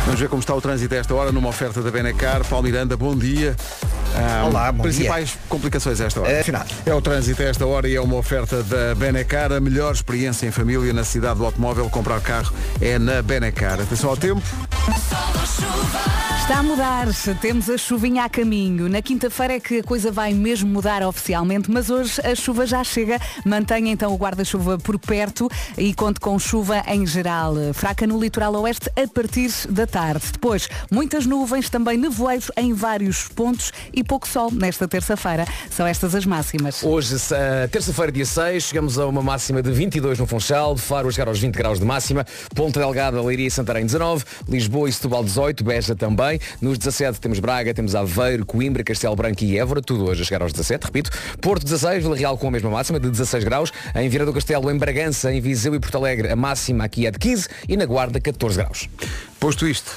[SPEAKER 1] Vamos ver como está o trânsito a esta hora numa oferta da Benacar. Paulo Miranda, bom dia. Ah,
[SPEAKER 2] Olá, bom
[SPEAKER 1] Principais complicações a esta hora.
[SPEAKER 2] Eh, afinal.
[SPEAKER 1] É o trânsito a esta hora e é uma oferta da Benacar. A melhor experiência em família na cidade do automóvel. Comprar carro é na Benacar. Atenção ao tempo.
[SPEAKER 3] Está a mudar, temos a chuvinha a caminho. Na quinta-feira é que a coisa vai mesmo mudar oficialmente, mas hoje a chuva já chega. Mantenha então o guarda-chuva por perto e conte com chuva em geral. Fraca no litoral oeste a partir da tarde. Depois, muitas nuvens, também nevoeiros em vários pontos e pouco sol nesta terça-feira. São estas as máximas.
[SPEAKER 10] Hoje, se- eh, terça-feira, dia 6, chegamos a uma máxima de 22 no Funchal, Faro a chegar aos 20 graus de máxima, Ponta Delgada, Leiria e Santarém 19, Lisboa e Setúbal 18, Beja também, nos 17 temos Braga, temos Aveiro, Coimbra, Castelo Branco e Évora, tudo hoje a chegar aos 17, repito, Porto 16, Vila Real com a mesma máxima de 16 graus, em Vieira do Castelo, em Bragança, em Viseu e Porto Alegre, a máxima aqui é de 15 e na Guarda 14 graus.
[SPEAKER 1] Posto isto.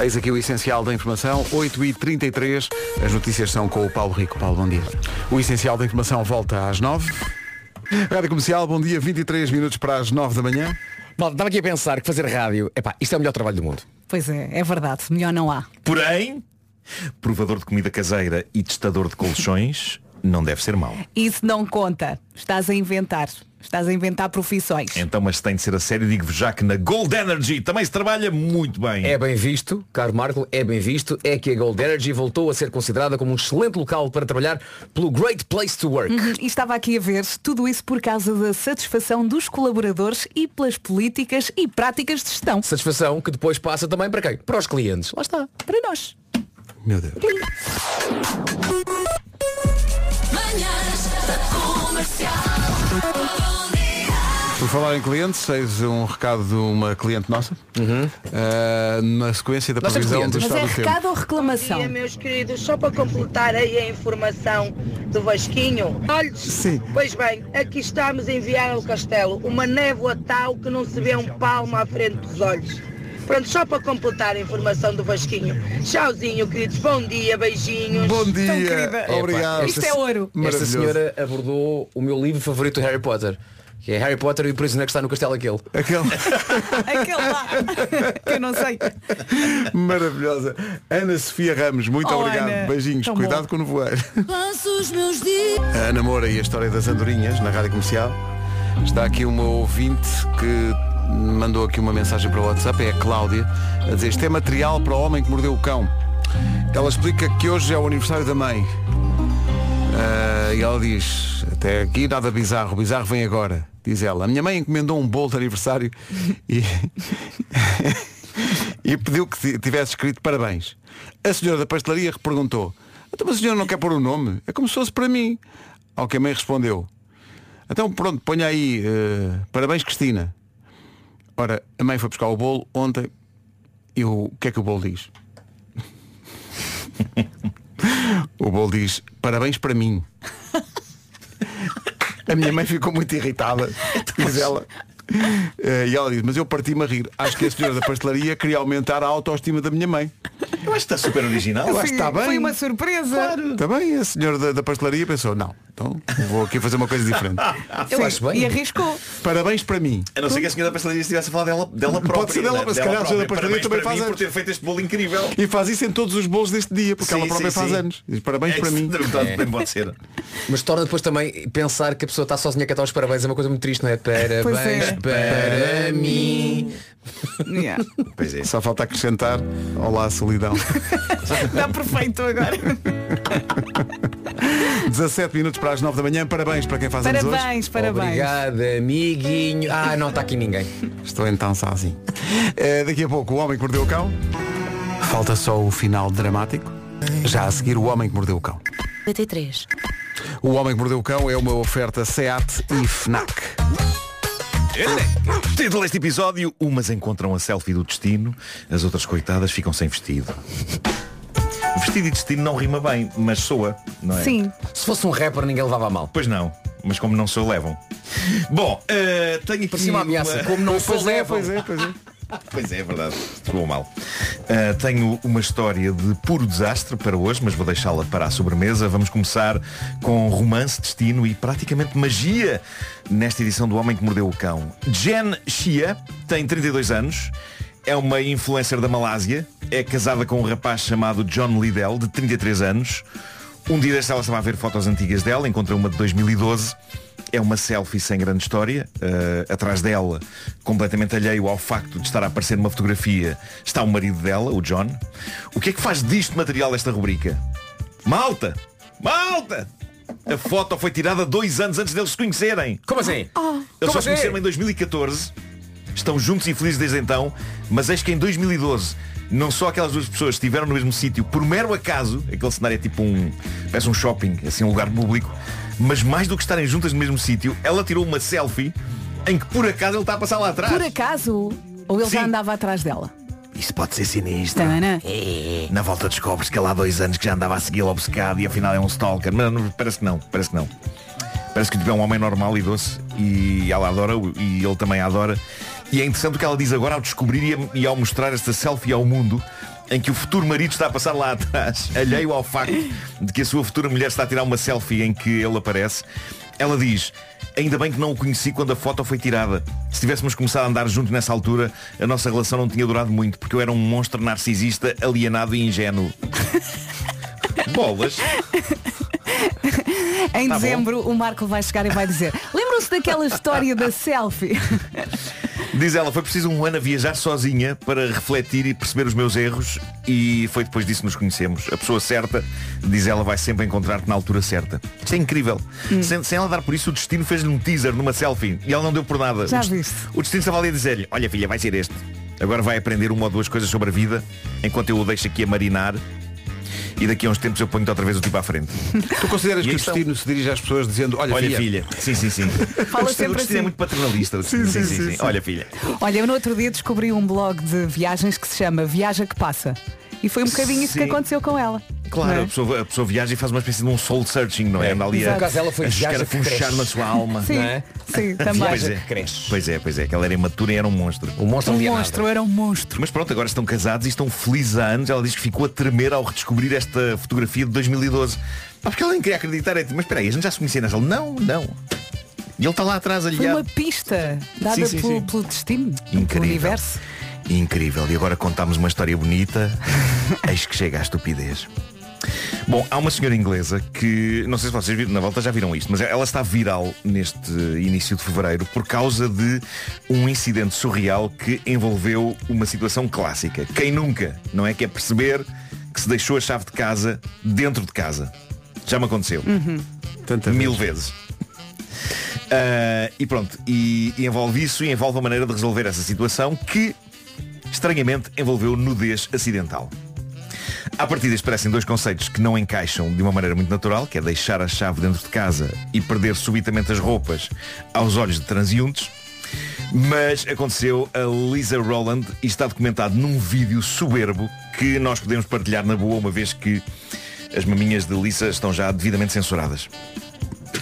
[SPEAKER 1] Eis aqui o essencial da informação, 8h33. As notícias são com o Paulo Rico. Paulo, bom dia. O essencial da informação volta às 9 Rádio Comercial, bom dia, 23 minutos para as 9 da manhã.
[SPEAKER 10] Malta, estava aqui a pensar que fazer rádio, epá, isto é o melhor trabalho do mundo.
[SPEAKER 3] Pois é, é verdade, melhor não há.
[SPEAKER 7] Porém, provador de comida caseira e testador de colchões não deve ser mau.
[SPEAKER 3] Isso não conta. Estás a inventar. Estás a inventar profissões.
[SPEAKER 7] Então, mas tem de ser a sério, digo-vos já que na Gold Energy também se trabalha muito bem.
[SPEAKER 10] É bem visto, caro Marco, é bem visto, é que a Gold Energy voltou a ser considerada como um excelente local para trabalhar pelo Great Place to Work.
[SPEAKER 3] Uhum, E estava aqui a ver tudo isso por causa da satisfação dos colaboradores e pelas políticas e práticas de gestão.
[SPEAKER 10] Satisfação que depois passa também para quem? Para os clientes. Lá está,
[SPEAKER 3] para nós.
[SPEAKER 1] Meu Deus. Por falar em clientes, eis um recado de uma cliente nossa.
[SPEAKER 10] Uhum.
[SPEAKER 1] Ah, na sequência da
[SPEAKER 17] Nós temos
[SPEAKER 1] previsão do
[SPEAKER 3] é
[SPEAKER 17] clientes.
[SPEAKER 1] estado do tempo.
[SPEAKER 3] ou reclamação?
[SPEAKER 17] Bom dia, meus queridos. Só para completar aí a informação do Vasquinho. Olhos.
[SPEAKER 1] Sim.
[SPEAKER 17] Pois bem, aqui estamos em Viana do Castelo. Uma névoa tal que não se vê um palmo à frente dos olhos. Pronto, só para completar a informação do Vasquinho. Tchauzinho, queridos. Bom dia, beijinhos.
[SPEAKER 1] Bom dia.
[SPEAKER 17] Tão querida.
[SPEAKER 1] Obrigado.
[SPEAKER 10] Esta-
[SPEAKER 1] Isto é ouro.
[SPEAKER 10] Esta
[SPEAKER 1] Maravilhoso.
[SPEAKER 10] senhora abordou o meu livro favorito Harry Potter. Que é Harry Potter e o prisioneiro que está no
[SPEAKER 1] [laughs]
[SPEAKER 10] castelo aquele.
[SPEAKER 1] Aquele.
[SPEAKER 17] [laughs]
[SPEAKER 3] Aquele lá. que eu não sei.
[SPEAKER 1] Maravilhosa. Ana Sofia Ramos, muito
[SPEAKER 18] Oh,
[SPEAKER 1] obrigado.
[SPEAKER 18] Ana.
[SPEAKER 1] Beijinhos.
[SPEAKER 18] Tão
[SPEAKER 1] Cuidado
[SPEAKER 18] bom.
[SPEAKER 1] com o nevoeiro.
[SPEAKER 18] Passo os meus dias.
[SPEAKER 1] A Ana Moura e a história das andorinhas na Rádio Comercial. Está aqui uma ouvinte que mandou aqui uma mensagem para o WhatsApp, é a Cláudia, a dizer isto é material para o homem que mordeu o cão. Ela explica que hoje é o aniversário da mãe. Ah, e ela diz, até aqui nada bizarro, o bizarro vem agora, diz ela. A minha mãe encomendou um bolo de aniversário e, [laughs] e pediu que ti- tivesse escrito parabéns. A senhora da pastelaria perguntou, então mas a senhora não quer pôr o nome? É como se fosse para mim. Ao que a mãe respondeu, então pronto, ponha aí, eh, parabéns Cristina. Ora, a mãe foi buscar o bolo ontem e o, o que é que o bolo diz? [laughs] o bolo diz, parabéns para mim. A minha mãe ficou muito
[SPEAKER 3] [laughs]
[SPEAKER 1] irritada, diz ela. Eh, e ela diz, mas eu parti-me a rir. Acho que a senhora da pastelaria queria aumentar a autoestima da minha mãe.
[SPEAKER 7] Eu acho que está super original.
[SPEAKER 1] Eu acho que está bem.
[SPEAKER 3] Foi uma surpresa.
[SPEAKER 1] Está bem, a senhora da, da pastelaria pensou, não, então vou aqui fazer uma coisa
[SPEAKER 7] [laughs]
[SPEAKER 1] diferente.
[SPEAKER 7] Eu
[SPEAKER 1] Sim,
[SPEAKER 7] acho bem.
[SPEAKER 3] E arriscou.
[SPEAKER 1] Parabéns para mim.
[SPEAKER 7] A não ser que a senhora da pastelaria estivesse a falar dela, dela
[SPEAKER 1] Pode
[SPEAKER 7] própria.
[SPEAKER 1] ser dela,
[SPEAKER 7] né?
[SPEAKER 1] mas se calhar a senhora da
[SPEAKER 7] própria.
[SPEAKER 1] pastelaria também
[SPEAKER 7] Parabéns para
[SPEAKER 1] faz
[SPEAKER 7] mim por
[SPEAKER 1] anos.
[SPEAKER 7] ter feito este bolo incrível.
[SPEAKER 1] E faz isso em todos os bolos deste dia, porque
[SPEAKER 7] Sim,
[SPEAKER 1] ela própria
[SPEAKER 7] sim,
[SPEAKER 1] faz
[SPEAKER 7] sim.
[SPEAKER 1] anos. Diz, parabéns
[SPEAKER 7] É
[SPEAKER 1] para
[SPEAKER 7] isso,
[SPEAKER 1] mim.
[SPEAKER 7] na verdade, bem pode ser.
[SPEAKER 10] Mas torna depois também pensar que a pessoa está sozinha que está aos parabéns é uma coisa muito triste, não é?
[SPEAKER 1] Pois
[SPEAKER 10] Parabéns
[SPEAKER 1] é.
[SPEAKER 10] para mim.
[SPEAKER 1] Pois é. Só falta acrescentar, olá
[SPEAKER 3] [laughs]
[SPEAKER 1] solidão.
[SPEAKER 3] Está perfeito agora.
[SPEAKER 1] 17 minutos para as 9 da manhã, parabéns para quem faz anos hoje.
[SPEAKER 3] Parabéns, parabéns.
[SPEAKER 10] Obrigado, amiguinho. Ah, não está aqui ninguém.
[SPEAKER 1] Estou então sozinho. [laughs] Eh, daqui a pouco, o homem que mordeu o cão. Falta só o final dramático. Já a seguir, o homem que mordeu o cão.
[SPEAKER 18] 53.
[SPEAKER 1] O homem que mordeu o cão é uma oferta SEAT e FNAC.
[SPEAKER 7] Título deste episódio, umas encontram a selfie do destino, as outras coitadas ficam sem vestido. Vestido e destino não rima bem, mas soa, não é?
[SPEAKER 3] Sim.
[SPEAKER 10] Se fosse um rapper ninguém levava a mal.
[SPEAKER 7] Pois não, mas como não sou, levam. Bom, eh, tenho aqui
[SPEAKER 10] Parecia uma ameaça. Como não
[SPEAKER 7] Pois
[SPEAKER 10] sou,
[SPEAKER 7] é,
[SPEAKER 10] levam.
[SPEAKER 7] pois é,
[SPEAKER 1] pois é.
[SPEAKER 7] Pois é, é verdade. Estou mal. Ah, tenho uma história de puro desastre para hoje, mas vou deixá-la para a sobremesa. Vamos começar com romance, destino e praticamente magia nesta edição do Homem que Mordeu o Cão. Jen Shia tem 32 anos, é uma influencer da Malásia, é casada com um rapaz chamado John Liddell, de 33 anos. Um dia desta ela estava a ver fotos antigas dela, encontra uma de 2012 é uma selfie sem grande história. Uh, atrás dela, completamente alheio ao facto de estar a aparecer numa fotografia, está o marido dela, o John. O que é que faz disto material desta rubrica? Malta! Malta! A foto foi tirada dois anos antes deles se conhecerem. Como assim? Eles só se conheceram em 2014. Estão juntos e felizes desde então. Mas eis que em 2012 não só aquelas duas pessoas estiveram no mesmo sítio por mero acaso, aquele cenário é tipo um. parece um shopping, assim um lugar público, mas mais do que estarem juntas no mesmo sítio, ela tirou uma selfie em que por acaso ele está a passar lá atrás.
[SPEAKER 3] Por acaso, ou ele já andava atrás dela?
[SPEAKER 7] Isso pode ser sinistro.
[SPEAKER 3] Tanana.
[SPEAKER 7] É. Na volta descobres que ela há dois anos que já andava a segui-lo obcecado e afinal é um stalker. Mas não, parece que não, parece que não. Parece que tipo, é um homem normal e doce e ela adora-o e ele também a adora. E é interessante o que ela diz agora ao descobrir e- e ao mostrar esta selfie ao mundo em que o futuro marido está a passar lá atrás, alheio ao facto de que a sua futura mulher está a tirar uma selfie em que ele aparece. Ela diz, ainda bem que não o conheci quando a foto foi tirada. Se tivéssemos começado a andar juntos nessa altura, a nossa relação não tinha durado muito, porque eu era um monstro narcisista, alienado e ingênuo. Bolas.
[SPEAKER 3] Em
[SPEAKER 7] Tá bom.
[SPEAKER 3] dezembro o Marco vai chegar e vai
[SPEAKER 7] [laughs]
[SPEAKER 3] dizer Lembram-se daquela história da selfie?
[SPEAKER 7] Diz ela, foi preciso um ano a viajar sozinha para refletir e perceber os meus erros e foi depois disso que nos conhecemos. A pessoa certa, diz ela, vai sempre encontrar-te na altura certa. Isto é incrível. Sem, sem ela dar por isso, o destino fez-lhe um teaser numa selfie e ela não deu por nada.
[SPEAKER 3] Já
[SPEAKER 7] o, dest-
[SPEAKER 3] viste.
[SPEAKER 7] o destino estava ali a dizer-lhe, olha filha, vai ser este. Agora vai aprender uma ou duas coisas sobre a vida enquanto eu o deixo aqui a marinar e daqui a uns tempos eu ponho-te outra vez o tipo à frente.
[SPEAKER 1] Tu consideras
[SPEAKER 7] E
[SPEAKER 1] que o
[SPEAKER 7] aí estão.
[SPEAKER 1] destino se dirige às pessoas dizendo Olha,
[SPEAKER 7] Olha, filha. Sim, sim, sim.
[SPEAKER 3] Fala
[SPEAKER 7] o destino,
[SPEAKER 3] sempre
[SPEAKER 7] o destino é
[SPEAKER 3] assim.
[SPEAKER 7] muito paternalista. é
[SPEAKER 3] Sim, sim, sim, sim.
[SPEAKER 7] assim. Olha filha.
[SPEAKER 3] Olha, eu no outro dia descobri um blog de viagens que se chama Viaja que Passa E foi um bocadinho isso que
[SPEAKER 7] Sim.
[SPEAKER 3] aconteceu com ela
[SPEAKER 7] Claro,
[SPEAKER 3] Não é?
[SPEAKER 7] a, pessoa, a pessoa viaja e faz uma espécie de um soul searching, não é? Anda ali a,
[SPEAKER 10] No caso, ela foi
[SPEAKER 7] a
[SPEAKER 10] viaja que
[SPEAKER 7] escarafunchar
[SPEAKER 10] cresce.
[SPEAKER 7] na sua alma.
[SPEAKER 3] Sim,
[SPEAKER 7] não é? [laughs]
[SPEAKER 3] sim, também.
[SPEAKER 7] Pois
[SPEAKER 3] Viaja
[SPEAKER 7] é.
[SPEAKER 3] que
[SPEAKER 7] Cresce. pois é, pois é, que ela era imatura e era um monstro. Um
[SPEAKER 3] Um monstro, era um monstro
[SPEAKER 7] Mas pronto, agora estão casados e estão felizes há anos. Ela diz que ficou a tremer ao redescobrir esta fotografia de 2012. Pá, porque ela nem queria acreditar. É tipo, Mas espera aí, a gente já se conhecia nessa. Ela, Não, não. E ele está lá atrás
[SPEAKER 3] Foi
[SPEAKER 7] aliado.
[SPEAKER 3] uma pista dada
[SPEAKER 7] Sim, sim,
[SPEAKER 3] pelo,
[SPEAKER 7] sim.
[SPEAKER 3] pelo destino Pelo
[SPEAKER 7] Incrível.
[SPEAKER 3] universo
[SPEAKER 7] Incrível. E agora contámos uma história bonita. Eis que chega à estupidez. Bom, há uma senhora inglesa que, não sei se vocês viram, na volta já viram isto, mas ela está viral neste início de fevereiro por causa de um incidente surreal que envolveu uma situação clássica. Quem nunca, não é? Que é perceber que se deixou a chave de casa dentro de casa. Já me aconteceu. Mil vezes. Ah, e pronto, e, e envolve isso e envolve a maneira de resolver essa situação que, estranhamente, envolveu nudez acidental. À partida parecem dois conceitos que não encaixam de uma maneira muito natural, que é deixar a chave dentro de casa e perder subitamente as roupas aos olhos de transeuntes. Mas aconteceu a Lisa Rowland e está documentado num vídeo soberbo que nós podemos partilhar na boa, uma vez que as maminhas de Lisa estão já devidamente censuradas.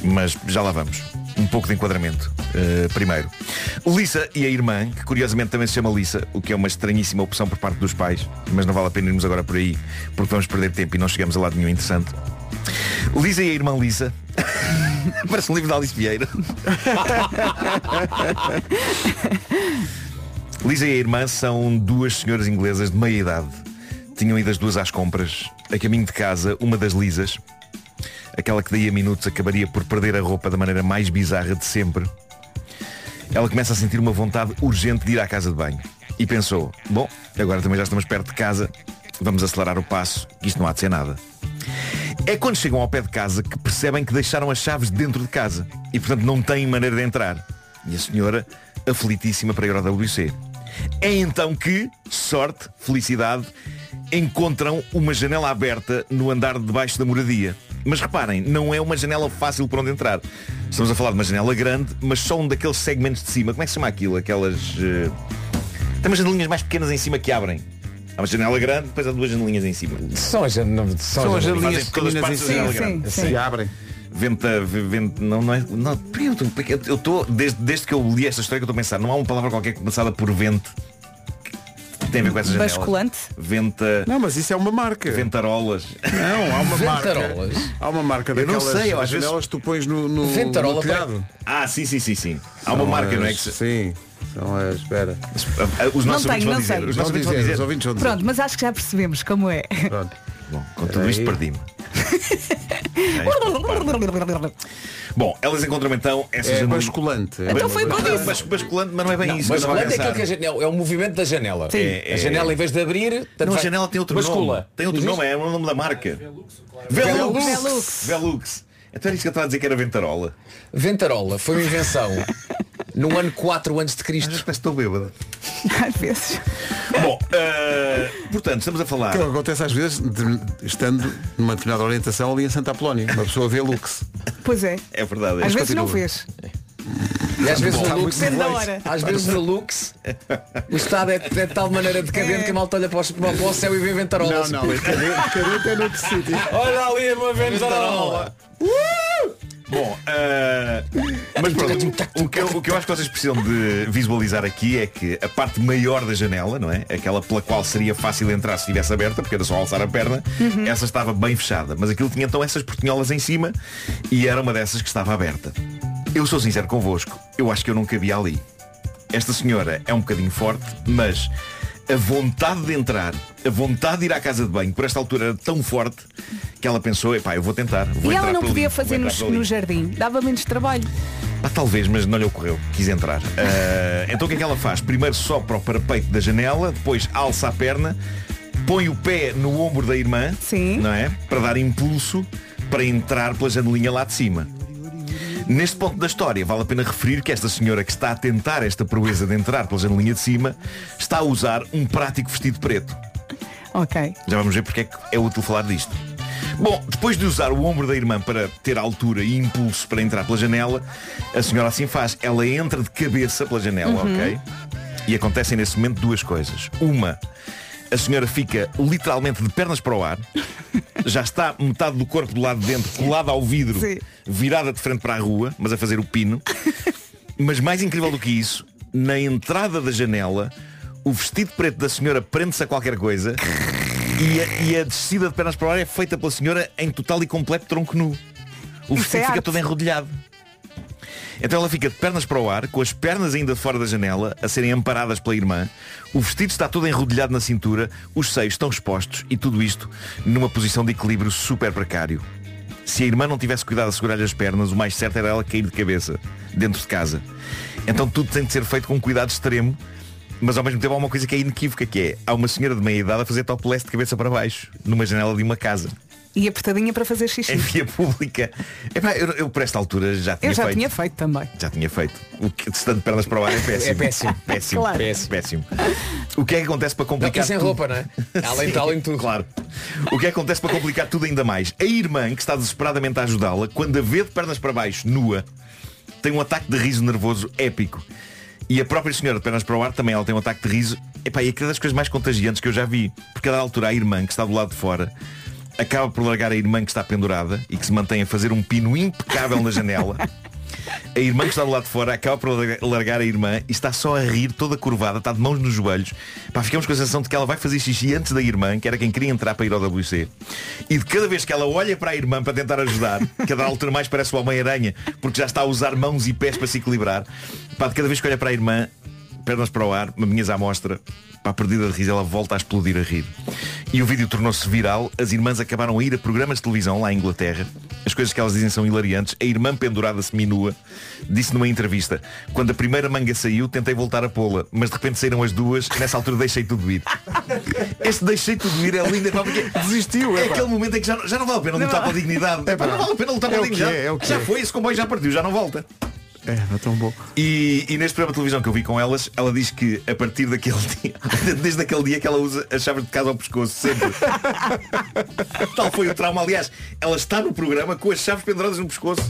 [SPEAKER 7] Mas já lá vamos. Um pouco de enquadramento. eh, primeiro, Lisa e a irmã, que curiosamente também se chama Lisa, o que é uma estranhíssima opção por parte dos pais, mas não vale a pena irmos agora por aí, porque vamos perder tempo e não chegamos a lado nenhum interessante. Lisa e a irmã Lisa. [laughs] Parece um livro de Alice Vieira. Lisa e a irmã são duas senhoras inglesas de meia idade. Tinham ido as duas às compras. A caminho de casa, uma das Lisas, aquela que daí a minutos acabaria por perder a roupa da maneira mais bizarra de sempre, ela começa a sentir uma vontade urgente de ir à casa de banho. E pensou, bom, agora também já estamos perto de casa, vamos acelerar o passo, que isto não há de ser nada. É quando chegam ao pé de casa que percebem que deixaram as chaves dentro de casa e portanto não têm maneira de entrar. E a senhora, aflitíssima para ir ao WC. É então que, sorte, felicidade, encontram uma janela aberta no andar de baixo da moradia. Mas reparem, não é uma janela fácil por onde entrar. Estamos a falar de uma janela grande, mas só um daqueles segmentos de cima. Como é que se chama aquilo? Aquelas. eh, Tem umas janelinhas mais pequenas em cima que abrem. Há uma janela grande, depois há duas janelinhas em cima.
[SPEAKER 10] São as, não, são
[SPEAKER 7] São assim, as
[SPEAKER 10] as janelinhas
[SPEAKER 7] janelinhas
[SPEAKER 10] pequeninas
[SPEAKER 7] pequeninas
[SPEAKER 10] em
[SPEAKER 7] em
[SPEAKER 1] assim.
[SPEAKER 10] cima.
[SPEAKER 7] cima. é Sim, sim.
[SPEAKER 10] Se
[SPEAKER 7] abrem. Venta, v- venta, não, não é. Não, peraí, eu estou, eu estou desde, desde que eu li esta história que eu estou a pensar, não há uma palavra qualquer começada por vente tem a ver com essa janela?
[SPEAKER 3] Basculante?
[SPEAKER 7] Venta.
[SPEAKER 1] Não, mas isso é uma marca.
[SPEAKER 7] Ventarolas.
[SPEAKER 1] Não, há uma
[SPEAKER 7] Ventarolas?
[SPEAKER 1] marca. Há uma marca
[SPEAKER 7] Eu não
[SPEAKER 1] daquelas
[SPEAKER 7] sei, eu às vezes-
[SPEAKER 1] janelas que tu pões no, no, no telhado.
[SPEAKER 7] Ah, sim, sim, sim, sim. Há
[SPEAKER 1] São
[SPEAKER 7] uma marca,
[SPEAKER 1] as-
[SPEAKER 7] não é? Que se-
[SPEAKER 1] Sim. Não é, espera.
[SPEAKER 7] Os nossos
[SPEAKER 3] não tenho,
[SPEAKER 7] ouvintes vão
[SPEAKER 3] não
[SPEAKER 7] dizer.
[SPEAKER 3] sei.
[SPEAKER 7] Os nossos ouvintes vão
[SPEAKER 1] Os
[SPEAKER 7] dizer.
[SPEAKER 1] ouvintes vão dizer.
[SPEAKER 3] Pronto, mas acho que já percebemos como é. [laughs]
[SPEAKER 1] Pronto.
[SPEAKER 7] Bom, com tudo isto perdi-me. Bom, elas encontram então essa
[SPEAKER 1] É
[SPEAKER 7] janela.
[SPEAKER 1] basculante.
[SPEAKER 7] Ba-
[SPEAKER 1] Então foi
[SPEAKER 7] Não,
[SPEAKER 1] por
[SPEAKER 7] não,
[SPEAKER 1] isso.
[SPEAKER 7] bas- Basculante, mas não é bem
[SPEAKER 10] Não,
[SPEAKER 7] isso. que eu
[SPEAKER 10] mas
[SPEAKER 7] estava
[SPEAKER 10] quando é
[SPEAKER 7] pensar.
[SPEAKER 10] aquilo que a janela, é o movimento da janela.
[SPEAKER 7] Sim.
[SPEAKER 10] É, a janela em vez de abrir, tanto
[SPEAKER 7] Não, a
[SPEAKER 10] faz-
[SPEAKER 7] janela tem outro
[SPEAKER 10] bascula.
[SPEAKER 7] nome. Tem outro
[SPEAKER 10] Diz
[SPEAKER 7] nome,
[SPEAKER 10] isto?
[SPEAKER 7] é o nome da marca.
[SPEAKER 10] Velux.
[SPEAKER 7] Velux. Velux. Então era isso que eu estava a dizer que era Ventarola.
[SPEAKER 10] Ventarola foi uma
[SPEAKER 7] [laughs]
[SPEAKER 10] invenção no ano 4 antes de Cristo.
[SPEAKER 7] Parece que estou bêbado.
[SPEAKER 3] [laughs] Às vezes.
[SPEAKER 7] Bom, eh, portanto, estamos a falar.
[SPEAKER 1] Que acontece às vezes, de- estando numa determinada orientação ali em Santa Apolónia. Uma pessoa vê Lux.
[SPEAKER 3] Pois é.
[SPEAKER 7] É verdade.
[SPEAKER 3] Às vezes não fez.
[SPEAKER 10] E às vezes
[SPEAKER 1] Bom,
[SPEAKER 10] o
[SPEAKER 1] está
[SPEAKER 10] Lux,
[SPEAKER 1] muito
[SPEAKER 3] Depende da hora.
[SPEAKER 10] às vezes o Lux, o estado é, é de tal maneira decadente que a malta olha para, os, para o céu e vê ventarolas.
[SPEAKER 1] Não, não, decadente é noutro sítio.
[SPEAKER 10] [laughs] Olha ali uma ventarola.
[SPEAKER 7] Bom, eh, mas pronto, o que, eu, o que eu acho que vocês precisam de visualizar aqui é que a parte maior da janela, não é? Aquela pela qual seria fácil entrar se estivesse aberta, porque era só alçar a perna, essa estava bem fechada. Mas aquilo tinha então essas portinholas em cima e era uma dessas que estava aberta. Eu sou sincero convosco, eu acho que eu não cabia ali. Esta senhora é um bocadinho forte, mas a vontade de entrar, a vontade de ir à casa de banho, por esta altura era tão forte que ela pensou, epá, eu vou tentar. Vou
[SPEAKER 3] E ela
[SPEAKER 7] entrar
[SPEAKER 3] não
[SPEAKER 7] por
[SPEAKER 3] podia
[SPEAKER 7] ali, vou
[SPEAKER 3] fazer
[SPEAKER 7] entrar
[SPEAKER 3] no,
[SPEAKER 7] por ali."
[SPEAKER 3] no jardim. Dava menos trabalho.
[SPEAKER 7] Ah, talvez, mas não lhe ocorreu. Quis entrar.
[SPEAKER 3] [laughs]
[SPEAKER 7] Ah, então o que é que ela faz? Primeiro sopra o parapeito da janela, depois alça a perna, põe o pé no ombro da irmã, não é? Para dar impulso para entrar pela janelinha lá de cima. Neste ponto da história, vale a pena referir que esta senhora que está a tentar esta proeza de entrar pela janelinha de cima está a usar um prático vestido preto.
[SPEAKER 3] Ok.
[SPEAKER 7] Já vamos ver porque é que é útil falar disto. Bom, depois de usar o ombro da irmã para ter altura e impulso para entrar pela janela, a senhora assim faz. Ela entra de cabeça pela janela,
[SPEAKER 19] Uhum.
[SPEAKER 7] ok? E acontecem nesse momento duas coisas. Uma, a senhora fica literalmente de pernas para o ar, já está metade do corpo do lado de dentro, colada ao vidro, virada de frente para a rua, mas a fazer o pino. Mas mais incrível do que isso, na entrada da janela, o vestido preto da senhora prende-se a qualquer coisa e a, e a descida de pernas para o ar é feita pela senhora em total e completo tronco nu.
[SPEAKER 19] Isso é
[SPEAKER 7] O vestido
[SPEAKER 19] arte.
[SPEAKER 7] fica todo enrodilhado. Então ela fica de pernas para o ar, com as pernas ainda fora da janela, a serem amparadas pela irmã. O vestido está todo enrodilhado na cintura, os seios estão expostos e tudo isto numa posição de equilíbrio super precário. Se a irmã não tivesse cuidado a segurar-lhe as pernas, o mais certo era ela cair de cabeça, dentro de casa. Então tudo tem de ser feito com cuidado extremo, mas ao mesmo tempo há uma coisa que é inequívoca, que é há uma senhora de meia idade a fazer topless de cabeça para baixo, numa janela de uma casa.
[SPEAKER 3] E apertadinha para fazer xixi.
[SPEAKER 7] Em via pública. Epá, eu, eu por esta altura já É, tinha
[SPEAKER 3] Eu já
[SPEAKER 7] feito.
[SPEAKER 3] tinha feito também.
[SPEAKER 7] Já tinha feito. O que estando de pernas para o ar é péssimo.
[SPEAKER 10] É péssimo. [laughs]
[SPEAKER 7] Péssimo.
[SPEAKER 10] Claro.
[SPEAKER 7] péssimo. péssimo. O que é que acontece para complicar
[SPEAKER 10] Não, sem
[SPEAKER 7] tudo?
[SPEAKER 10] roupa, não é? Além de- além de tudo.
[SPEAKER 7] Claro. O que é que acontece para complicar tudo ainda mais? A irmã, que está desesperadamente a ajudá-la, quando a vê de pernas para baixo, nua, tem um ataque de riso nervoso épico. E a própria senhora de pernas para o ar também ela tem um ataque de riso. Epá, e é das coisas mais contagiantes que eu já vi. Porque a dada altura a irmã que está do lado de fora acaba por largar a irmã que está pendurada e que se mantém a fazer um pino impecável na janela. A irmã que está do lado de fora acaba por larga- largar a irmã e está só a rir, toda curvada, está de mãos nos joelhos. Pá, ficamos com a sensação de que ela vai fazer xixi antes da irmã, que era quem queria entrar para ir ao WC. E de cada vez que ela olha para a irmã para tentar ajudar, [laughs] cada altura mais parece o Homem-Aranha, porque já está a usar mãos e pés para se equilibrar. Pá, de cada vez que olha para a irmã, pernas para o ar, maminhas à mostra, para a perdida de riso, ela volta a explodir a rir. E o vídeo tornou-se viral, as irmãs acabaram a ir a programas de televisão lá em Inglaterra. As coisas que elas dizem são hilariantes. A irmã pendurada seminua disse numa entrevista, quando a primeira manga saiu, tentei voltar a pô-la, mas de repente saíram as duas, nessa altura deixei tudo ir. Este deixei tudo ir é lindo, é pá, porque desistiu. É, aquele momento em que já, já não vale a pena
[SPEAKER 19] Não
[SPEAKER 7] lutar
[SPEAKER 19] vale.
[SPEAKER 7] pela dignidade.
[SPEAKER 19] É pá.
[SPEAKER 7] não vale a pena lutar pela
[SPEAKER 19] É o que
[SPEAKER 7] dignidade.
[SPEAKER 19] é, é o que
[SPEAKER 7] Então, tá
[SPEAKER 19] é.
[SPEAKER 7] já foi, esse comboio já partiu, já não volta.
[SPEAKER 1] É, era tão bom.
[SPEAKER 7] E, e neste programa de televisão que eu vi com elas, ela diz que a partir daquele dia, desde aquele dia que ela usa as chaves de casa ao pescoço, sempre. Tal foi o trauma. Aliás, ela está no programa com as chaves penduradas no pescoço.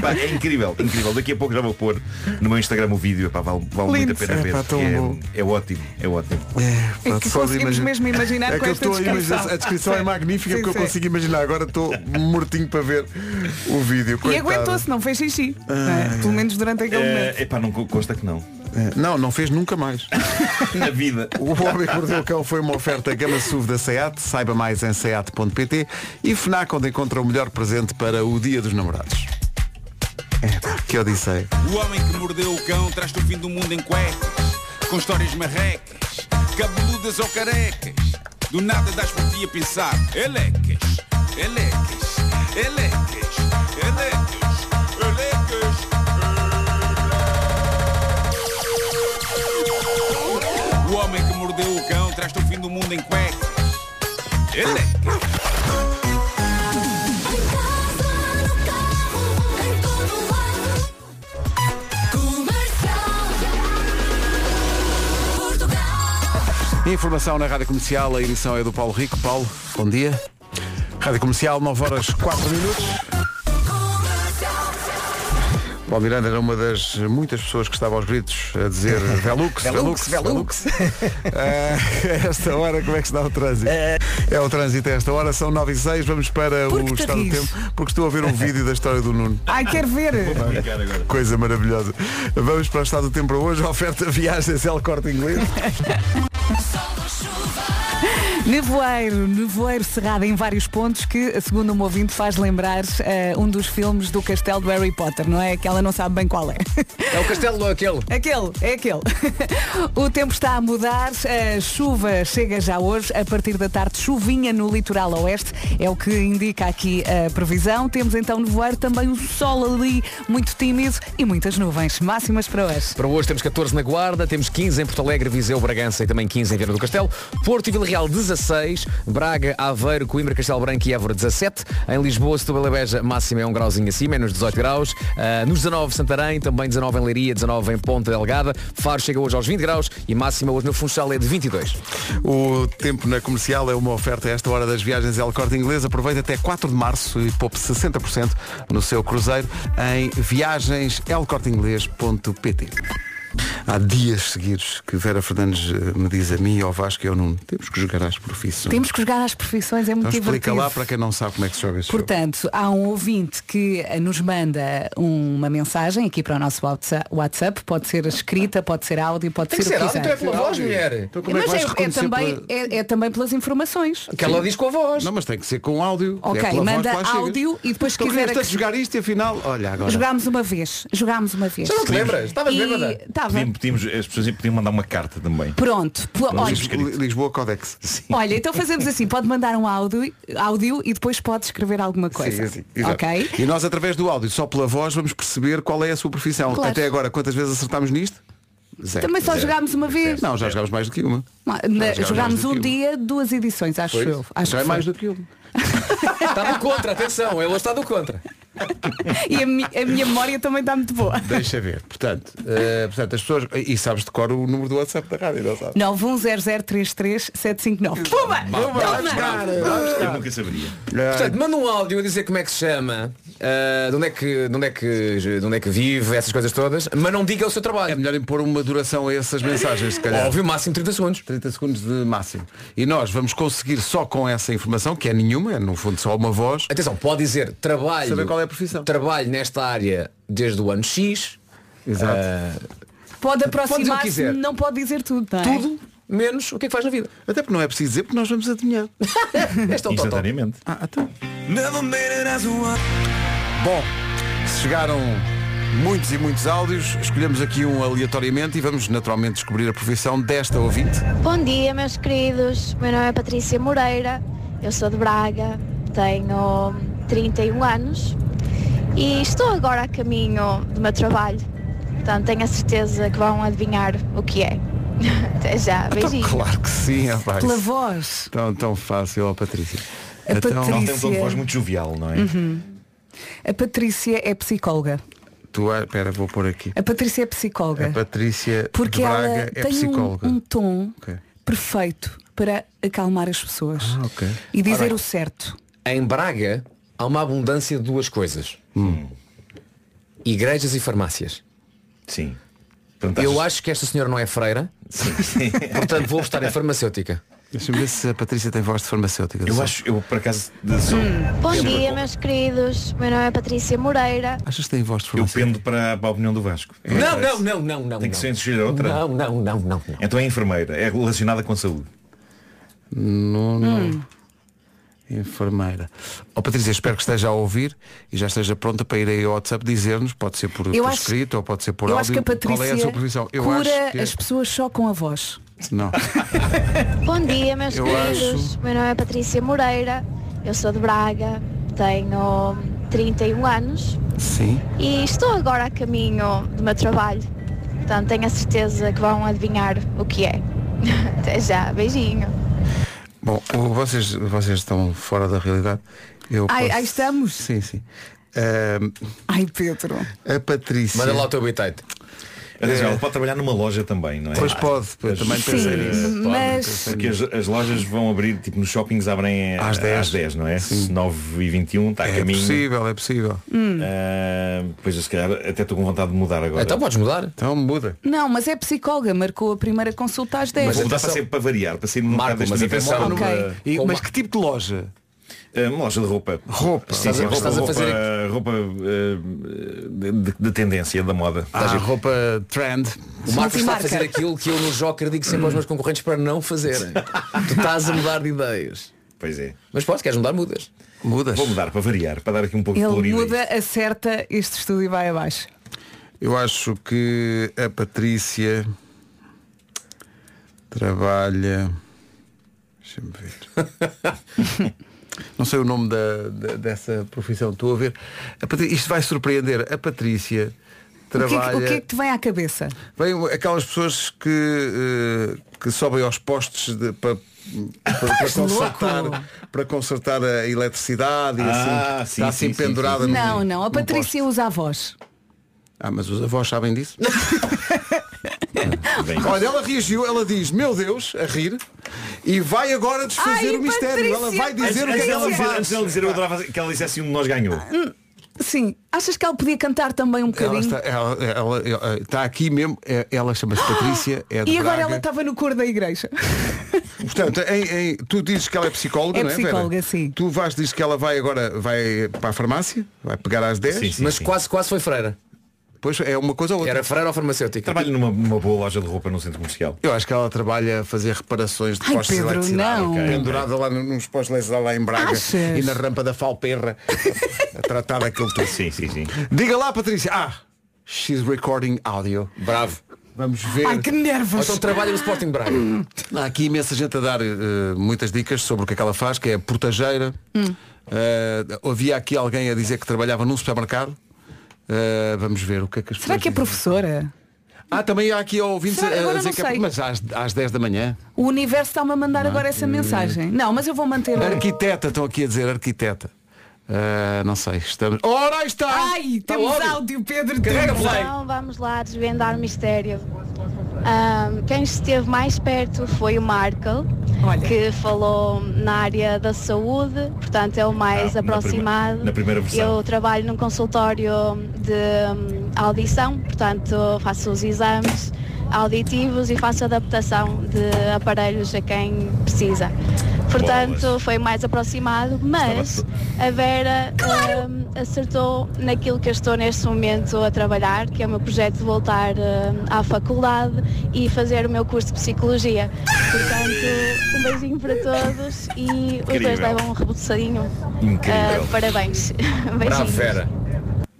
[SPEAKER 7] Pá, é incrível, incrível. Daqui a pouco já vou pôr no meu Instagram o vídeo. Epá, vale vale muito a
[SPEAKER 1] Lindo.
[SPEAKER 7] pena
[SPEAKER 1] É,
[SPEAKER 7] ver.
[SPEAKER 1] pá, tão
[SPEAKER 7] porque
[SPEAKER 1] bom.
[SPEAKER 7] é, é ótimo, é ótimo.
[SPEAKER 1] É,
[SPEAKER 3] que conseguimos mesmo imaginar
[SPEAKER 1] é
[SPEAKER 3] com
[SPEAKER 1] que eu
[SPEAKER 3] esta
[SPEAKER 1] estou a imaginar-
[SPEAKER 3] descrição.
[SPEAKER 1] A descrição é
[SPEAKER 3] Sim.
[SPEAKER 1] magnífica
[SPEAKER 3] Sim,
[SPEAKER 1] porque
[SPEAKER 3] sim.
[SPEAKER 1] eu consigo imaginar. Agora estou mortinho para ver o vídeo.
[SPEAKER 3] E
[SPEAKER 1] coitada.
[SPEAKER 3] aguentou-se, não fez xixi.
[SPEAKER 1] Ah,
[SPEAKER 3] não é? Pelo menos durante aquele momento.
[SPEAKER 7] É pá, não co- consta que não.
[SPEAKER 1] É. Não, não fez nunca mais.
[SPEAKER 7] Na vida.
[SPEAKER 1] O Homem que Mordeu o Cão foi uma oferta gama SUV da SEAT, saiba mais em seat.pt e FNAC onde encontra o melhor presente para o Dia dos Namorados. É, que odisseia.
[SPEAKER 19] O homem que mordeu o cão traz-te o fim do mundo em cuecas, com histórias marrecas, cabeludas ou carecas. Do nada das por ti a pensar, elecas, elecas, elecas, elecas, elecas. O homem que mordeu o cão traz-te o fim do mundo em cuecas. Elecas.
[SPEAKER 1] Informação na Rádio Comercial, a edição é do Paulo Rico. Paulo, bom dia. Rádio Comercial, 9 horas 4 minutos. Paulo Miranda era uma das muitas pessoas que estava aos gritos a dizer Velux, Velux, Velux. Ah, a esta hora, como é que se dá o trânsito? É o trânsito a esta hora, são 9 e 6, vamos para
[SPEAKER 3] Por que
[SPEAKER 1] o
[SPEAKER 3] te
[SPEAKER 1] estado do
[SPEAKER 3] rires?
[SPEAKER 1] tempo, porque estou a ver um vídeo da história do Nuno.
[SPEAKER 3] Ai, quero ver.
[SPEAKER 1] Coisa maravilhosa. Vamos para o estado do tempo para hoje, oferta viagens El Corte Inglês.
[SPEAKER 3] [laughs] Nevoeiro, nevoeiro cerrado em vários pontos que, segundo um ouvinte, faz lembrar eh, um dos filmes do castelo do Harry Potter, não é? Que ela não sabe bem qual é. [laughs]
[SPEAKER 10] É o castelo ou aquele?
[SPEAKER 3] Aquele, é aquele. [laughs] o tempo está a mudar, a chuva chega já hoje, a partir da tarde, chuvinha no litoral oeste, é o que indica aqui a previsão. Temos então nevoeiro, também o sol ali, muito tímido e muitas nuvens. Máximas para hoje.
[SPEAKER 10] Para hoje temos 14 na Guarda, temos 15 em Porto Alegre, Viseu, Bragança e também 15 em Viana do Castelo. Porto e Vila Real 16, Braga, Aveiro, Coimbra, Castelo Branco e Évora 17. Em Lisboa, Setúbal e Beja, máxima é um grauzinho acima, é nos 18 graus. Ah, nos 19 Santarém, também 19 em Leiria, 19 em Ponta Delgada. Faro chega hoje aos 20 graus e máxima hoje no Funchal é de 22.
[SPEAKER 1] O tempo na comercial é uma oferta a esta hora das viagens El Corte Inglês. Aproveite até 4 de março e poupe 60% no seu cruzeiro em viagenselcorteinglês.pt. Há dias seguidos que Vera Fernandes eh, me diz a mim, ao Vasco e ao Nuno, temos que jogar às profissões.
[SPEAKER 3] Temos que jogar às profissões, é muito
[SPEAKER 1] então explica
[SPEAKER 3] divertido.
[SPEAKER 1] lá para quem não sabe como é que se joga este jogo.
[SPEAKER 3] Portanto, há um ouvinte que eh, nos manda uma mensagem aqui para o nosso WhatsApp. WhatsApp. Pode ser escrita, pode ser áudio, pode
[SPEAKER 10] Tem que ser
[SPEAKER 3] ser, o que
[SPEAKER 10] áudio,
[SPEAKER 3] quiser.
[SPEAKER 10] então é pela voz, mulher. Então
[SPEAKER 1] como é que
[SPEAKER 3] Mas
[SPEAKER 1] vais
[SPEAKER 3] é- é,
[SPEAKER 1] reconhecer
[SPEAKER 3] também,
[SPEAKER 1] pela-
[SPEAKER 3] é, é também pelas informações.
[SPEAKER 1] Sim. Não, mas tem que ser com áudio.
[SPEAKER 3] Ok,
[SPEAKER 1] é pela voz
[SPEAKER 3] manda
[SPEAKER 1] que lá chega.
[SPEAKER 3] áudio e depois se
[SPEAKER 1] Então
[SPEAKER 3] quiser
[SPEAKER 1] querias tanto jogar isto e afinal, olha agora.
[SPEAKER 3] Jogámos uma vez. Jogámos uma vez.
[SPEAKER 7] Já não te lembras?
[SPEAKER 1] Estavas
[SPEAKER 3] E-
[SPEAKER 1] bêbada.
[SPEAKER 3] Estava.
[SPEAKER 7] Pedimos, pedimos- as pessoas podiam mandar uma carta também.
[SPEAKER 3] Pronto. Pla-
[SPEAKER 7] Nós
[SPEAKER 3] Olha,
[SPEAKER 7] escrevíamos.
[SPEAKER 1] Lisboa Codex.
[SPEAKER 3] Olha, então fazemos assim, pode mandar um áudio, áudio e depois pode escrever alguma coisa.
[SPEAKER 1] Sim, sim, exato.
[SPEAKER 3] ok?
[SPEAKER 1] E nós através do áudio, só pela voz, vamos perceber qual é a sua profissão.
[SPEAKER 3] Claro.
[SPEAKER 1] Até agora, quantas vezes acertámos nisto? Zero.
[SPEAKER 3] Também só
[SPEAKER 1] Zero.
[SPEAKER 3] jogámos uma vez.
[SPEAKER 1] Não, já jogámos mais do que uma.
[SPEAKER 3] Não, na-
[SPEAKER 1] jogámos mais
[SPEAKER 3] jogámos
[SPEAKER 1] do que
[SPEAKER 3] um
[SPEAKER 1] uma.
[SPEAKER 3] dia, duas edições, acho
[SPEAKER 1] Pois,
[SPEAKER 3] eu. Acho
[SPEAKER 1] já é
[SPEAKER 3] que
[SPEAKER 1] mais
[SPEAKER 3] foi.
[SPEAKER 1] do que uma.
[SPEAKER 10] Está do Tá contra, atenção, ele hoje está do contra.
[SPEAKER 3] [laughs] E a, mi- a minha memória também está
[SPEAKER 1] [laughs]
[SPEAKER 3] muito boa.
[SPEAKER 1] Deixa ver. Portanto, eh, portanto, as pessoas. E sabes de cor o número do WhatsApp da rádio, não sabes?
[SPEAKER 3] 910033759. Pumba! Ah, Toma!
[SPEAKER 7] Eu nunca saberia.
[SPEAKER 10] Portanto, manda um áudio a dizer como é que se chama, ah, de, onde é que, de, onde é que, de onde é que vive, essas coisas todas, mas não diga o seu trabalho. É
[SPEAKER 1] melhor impor uma duração a essas mensagens, se calhar.
[SPEAKER 10] Óbvio, máximo 30 segundos.
[SPEAKER 1] 30 segundos de máximo. E nós vamos conseguir só com essa informação, que é nenhuma, é no fundo só uma voz.
[SPEAKER 10] Atenção, pode dizer trabalho.
[SPEAKER 1] Saber qual é a profissão.
[SPEAKER 10] Trabalho nesta área desde o ano X. eh,
[SPEAKER 1] Exato.
[SPEAKER 3] Pode
[SPEAKER 10] Pode dizer o que
[SPEAKER 3] aproximar-se,
[SPEAKER 10] quiser.
[SPEAKER 3] não pode dizer tudo, não é?
[SPEAKER 10] Tudo, menos o que é que faz na vida.
[SPEAKER 1] Até porque não é preciso dizer, porque nós vamos adivinhar.
[SPEAKER 10] Este é o Totó.
[SPEAKER 7] Instantaneamente.
[SPEAKER 1] Ah, então. Bom, chegaram muitos e muitos áudios, escolhemos aqui um aleatoriamente e vamos naturalmente descobrir a profissão desta ouvinte.
[SPEAKER 8] Bom dia, meus queridos. Meu nome é Patrícia Moreira, eu sou de Braga, tenho 31 anos e estou agora a caminho do meu trabalho. Portanto, tenho a certeza que vão adivinhar o que é. [laughs] Até já,
[SPEAKER 1] Então,
[SPEAKER 8] beijinhos.
[SPEAKER 1] Claro que sim, rapaz.
[SPEAKER 8] Pela
[SPEAKER 3] voz.
[SPEAKER 1] Tão, tão fácil, ó Patrícia.
[SPEAKER 3] A
[SPEAKER 1] Então,
[SPEAKER 3] Patrícia.
[SPEAKER 7] Ela tem uma voz muito jovial, não é?
[SPEAKER 3] Uhum. A Patrícia é psicóloga.
[SPEAKER 1] Tu, ah, espera, vou pôr aqui.
[SPEAKER 3] A Patrícia é psicóloga.
[SPEAKER 1] A Patrícia
[SPEAKER 3] Porque
[SPEAKER 1] de
[SPEAKER 3] ela
[SPEAKER 1] Braga é
[SPEAKER 3] tem um-
[SPEAKER 1] psicóloga.
[SPEAKER 3] Um, tom
[SPEAKER 1] Ok. Ah,
[SPEAKER 3] perfeito para acalmar as pessoas e
[SPEAKER 10] Ora
[SPEAKER 3] dizer
[SPEAKER 10] bem.
[SPEAKER 3] o certo.
[SPEAKER 10] Em Braga há uma abundância de duas coisas.
[SPEAKER 7] Hum.
[SPEAKER 10] Igrejas e farmácias.
[SPEAKER 7] Sim.
[SPEAKER 10] Eu acho que esta senhora não é freira. Portanto, vou estar em farmacêutica.
[SPEAKER 1] Deixa-me ver se a Patrícia tem voz de farmacêutica.
[SPEAKER 7] Eu acho, eu por acaso. sou-
[SPEAKER 8] Bom dia, meus queridos. Meu nome é Patrícia Moreira.
[SPEAKER 1] Achas que tem voz de
[SPEAKER 7] Eu pendo para, para a opinião do Vasco. É
[SPEAKER 10] Não, não, não, não, não.
[SPEAKER 7] Tem que
[SPEAKER 10] não.
[SPEAKER 7] ser entre outra?
[SPEAKER 10] Não, não, não, não.
[SPEAKER 7] Então é enfermeira, é relacionada com saúde.
[SPEAKER 1] Não,
[SPEAKER 3] Hum.
[SPEAKER 1] Enfermeira. Ó Patrícia, espero que esteja a ouvir e já esteja pronta para ir aí ao WhatsApp dizer-nos, pode ser por,
[SPEAKER 3] Eu
[SPEAKER 1] por
[SPEAKER 3] acho-
[SPEAKER 1] escrito ou pode ser por
[SPEAKER 3] eu
[SPEAKER 1] áudio.
[SPEAKER 3] acho que a Patrícia
[SPEAKER 1] Qual é a sua profissão? Eu
[SPEAKER 3] cura
[SPEAKER 1] acho que é-
[SPEAKER 3] as pessoas só com a voz. [laughs]
[SPEAKER 1] Não.
[SPEAKER 8] Bom dia, meus
[SPEAKER 1] Eu
[SPEAKER 8] queridos. Meu nome é Patrícia Moreira. Eu sou de Braga. Tenho 31 anos.
[SPEAKER 1] Sim.
[SPEAKER 8] E estou agora a caminho do meu trabalho. Portanto, tenho a certeza que vão adivinhar o que é. [laughs] Até já. Beijinho.
[SPEAKER 1] Bom, o- vocês, vocês estão fora da realidade. Eu
[SPEAKER 3] Ai,
[SPEAKER 1] posso-
[SPEAKER 3] ai, estamos.
[SPEAKER 1] Sim, sim. Ahm,
[SPEAKER 3] Ai, Pedro.
[SPEAKER 1] a Patrícia.
[SPEAKER 7] Manda lá o
[SPEAKER 10] teu bitite.
[SPEAKER 7] Atenção,
[SPEAKER 1] É.
[SPEAKER 7] ela pode trabalhar numa loja também, não é?
[SPEAKER 1] Pois pode, eu também pensei
[SPEAKER 7] eh,
[SPEAKER 1] nisso.
[SPEAKER 7] pode,
[SPEAKER 1] Mas-
[SPEAKER 7] pensei Porque as, as lojas vão abrir, tipo nos shoppings abrem eh,
[SPEAKER 1] Às 10.
[SPEAKER 7] às 10, não é? 9 e 21 está a
[SPEAKER 1] É
[SPEAKER 7] caminho.
[SPEAKER 1] possível, é possível.
[SPEAKER 7] Ah, pois eu se calhar até estou com vontade de mudar agora.
[SPEAKER 10] Então podes mudar.
[SPEAKER 1] Então muda.
[SPEAKER 3] Não, mas é psicóloga, marcou a primeira consulta às 10.
[SPEAKER 7] Mas vou mudar para, ser, para variar, para sair num
[SPEAKER 10] Marco,
[SPEAKER 7] bocado desta
[SPEAKER 10] mas atenção,
[SPEAKER 7] dimensão.
[SPEAKER 10] Ok.
[SPEAKER 7] numa-
[SPEAKER 1] E- mas que tipo de loja?
[SPEAKER 7] Ah, Uma loja de roupa.
[SPEAKER 1] Roupa.
[SPEAKER 7] Sim, sim, roupa,
[SPEAKER 1] Estás a
[SPEAKER 7] roupa,
[SPEAKER 1] fazer-
[SPEAKER 7] roupa, ah, de, de- de tendência, da moda.
[SPEAKER 1] Ah, roupa trend.
[SPEAKER 10] O Marcos está a fazer aquilo que eu no Joker digo sempre aos meus concorrentes para não fazerem. tu estás a mudar de ideias.
[SPEAKER 7] Pois é.
[SPEAKER 10] Mas podes, queres mudar, mudas.
[SPEAKER 1] Mudas.
[SPEAKER 7] Vou mudar para variar, para dar aqui um pouco de
[SPEAKER 3] Ele
[SPEAKER 7] colorido. a isto.
[SPEAKER 3] muda, acerta, este estúdio vai abaixo.
[SPEAKER 1] Eu acho que a Patrícia trabalha. Deixa-me ver. Não sei o nome da, da- dessa profissão, estou a ver. A Patrí- Isto vai surpreender. A Patrícia
[SPEAKER 3] O que, é
[SPEAKER 1] trabalha.
[SPEAKER 3] que, o que é que te vem à cabeça?
[SPEAKER 1] Vem aquelas pessoas que, eh, que sobem aos postes de- para, para- para
[SPEAKER 3] És louco.
[SPEAKER 1] consertar, para consertar a eletricidade e
[SPEAKER 7] Ah,
[SPEAKER 1] assim,
[SPEAKER 7] sim,
[SPEAKER 1] está
[SPEAKER 7] sim,
[SPEAKER 1] assim
[SPEAKER 7] sim,
[SPEAKER 1] pendurada num-
[SPEAKER 3] Não, não, a
[SPEAKER 1] num poste.
[SPEAKER 3] Patrícia usa a voz.
[SPEAKER 1] Ah, mas os avós sabem
[SPEAKER 3] [laughs]
[SPEAKER 1] disso?
[SPEAKER 7] Bem.
[SPEAKER 1] Olha, ela reagiu, ela diz, meu Deus, a rir, e vai agora desfazer
[SPEAKER 3] Ai,
[SPEAKER 1] o mistério. Ela vai dizer o que é que ela
[SPEAKER 7] antes,
[SPEAKER 1] faz.
[SPEAKER 7] antes dela dizer, eu adorava que ela dissesse um de nós ganhou.
[SPEAKER 3] Hum, Sim, achas que ela podia cantar também um
[SPEAKER 1] Ela
[SPEAKER 3] bocadinho?
[SPEAKER 1] está, ela- ela- ela- eh, está aqui mesmo, é- ela chama-se Patrícia, é de
[SPEAKER 3] e agora
[SPEAKER 1] Braga.
[SPEAKER 3] ela tá- estava no cor da igreja. [laughs]
[SPEAKER 1] Portanto, em- em- tu dizes que ela é psicóloga,
[SPEAKER 3] É
[SPEAKER 1] não é?
[SPEAKER 3] psicóloga,
[SPEAKER 1] sim. Tu vais diz que ela vai agora vai para a farmácia, vai pegar às 10,
[SPEAKER 7] Sim, sim,
[SPEAKER 1] mas
[SPEAKER 7] sim.
[SPEAKER 1] quase
[SPEAKER 10] Quase, quase foi freira.
[SPEAKER 1] Pois é uma coisa ou outra.
[SPEAKER 10] Era freira ou farmacêutica?
[SPEAKER 7] Trabalho numa, numa boa loja de roupa num centro comercial.
[SPEAKER 1] Eu acho que ela trabalha a fazer reparações de
[SPEAKER 7] Ai,
[SPEAKER 1] postes de
[SPEAKER 7] Pedro,
[SPEAKER 1] eletricidade.
[SPEAKER 7] não. Ok, ok.
[SPEAKER 1] Pendurada lá no- nos postes de eletricidade lá em Braga
[SPEAKER 7] Achas?
[SPEAKER 1] e na rampa da Falperra a tratar daquilo tudo.
[SPEAKER 7] Sim, sim, sim.
[SPEAKER 1] Diga lá, Patrícia. Ah, she's recording audio.
[SPEAKER 10] Bravo.
[SPEAKER 1] Vamos ver.
[SPEAKER 10] Ai, que nervos. Ou então trabalha no Sporting Braga.
[SPEAKER 1] Há aqui imensa gente a dar eh, muitas dicas sobre o que é que ela faz, que é portageira. Eh, havia aqui alguém a dizer que trabalhava num supermercado. Eh, vamos ver o que é que as
[SPEAKER 3] Será
[SPEAKER 1] pessoas
[SPEAKER 3] que é
[SPEAKER 1] dizem.
[SPEAKER 3] professora?
[SPEAKER 1] Ah, também há aqui ouvintes
[SPEAKER 3] Será?
[SPEAKER 1] a, a
[SPEAKER 3] Agora
[SPEAKER 1] dizer
[SPEAKER 3] não
[SPEAKER 1] que é...
[SPEAKER 3] sei.
[SPEAKER 1] Mas às, às 10 da manhã.
[SPEAKER 3] O universo está-me a mandar agora essa mensagem. Não, mas eu vou manter.
[SPEAKER 1] Arquiteta, estão aqui a dizer arquiteta. Eh, não sei, estamos. Ora aí está!
[SPEAKER 3] Ai,
[SPEAKER 1] Está
[SPEAKER 3] temos
[SPEAKER 1] óbvio.
[SPEAKER 3] áudio, Pedro.
[SPEAKER 1] Carrega
[SPEAKER 3] temos áudio.
[SPEAKER 8] Então vamos lá desvendar o mistério. Ahm, quem esteve mais perto foi o Markel, que falou na área da saúde, portanto é o mais
[SPEAKER 7] Ah, na
[SPEAKER 8] aproximado.
[SPEAKER 7] prima- na primeira versão.
[SPEAKER 8] Eu trabalho num consultório de hum, audição, portanto faço os exames auditivos e faço adaptação de aparelhos a quem precisa. Portanto, foi mais aproximado, mas a Vera hum, acertou naquilo que eu estou neste momento a trabalhar, que é o meu projeto de voltar hum, à faculdade e fazer o meu curso de psicologia. Portanto, um beijinho para todos e os dois
[SPEAKER 7] Incrível.
[SPEAKER 8] levam um reboçadinho.
[SPEAKER 7] Incrível.
[SPEAKER 8] Ah, parabéns.
[SPEAKER 10] Bravo,
[SPEAKER 8] [laughs] Beijinhos.
[SPEAKER 10] Vera.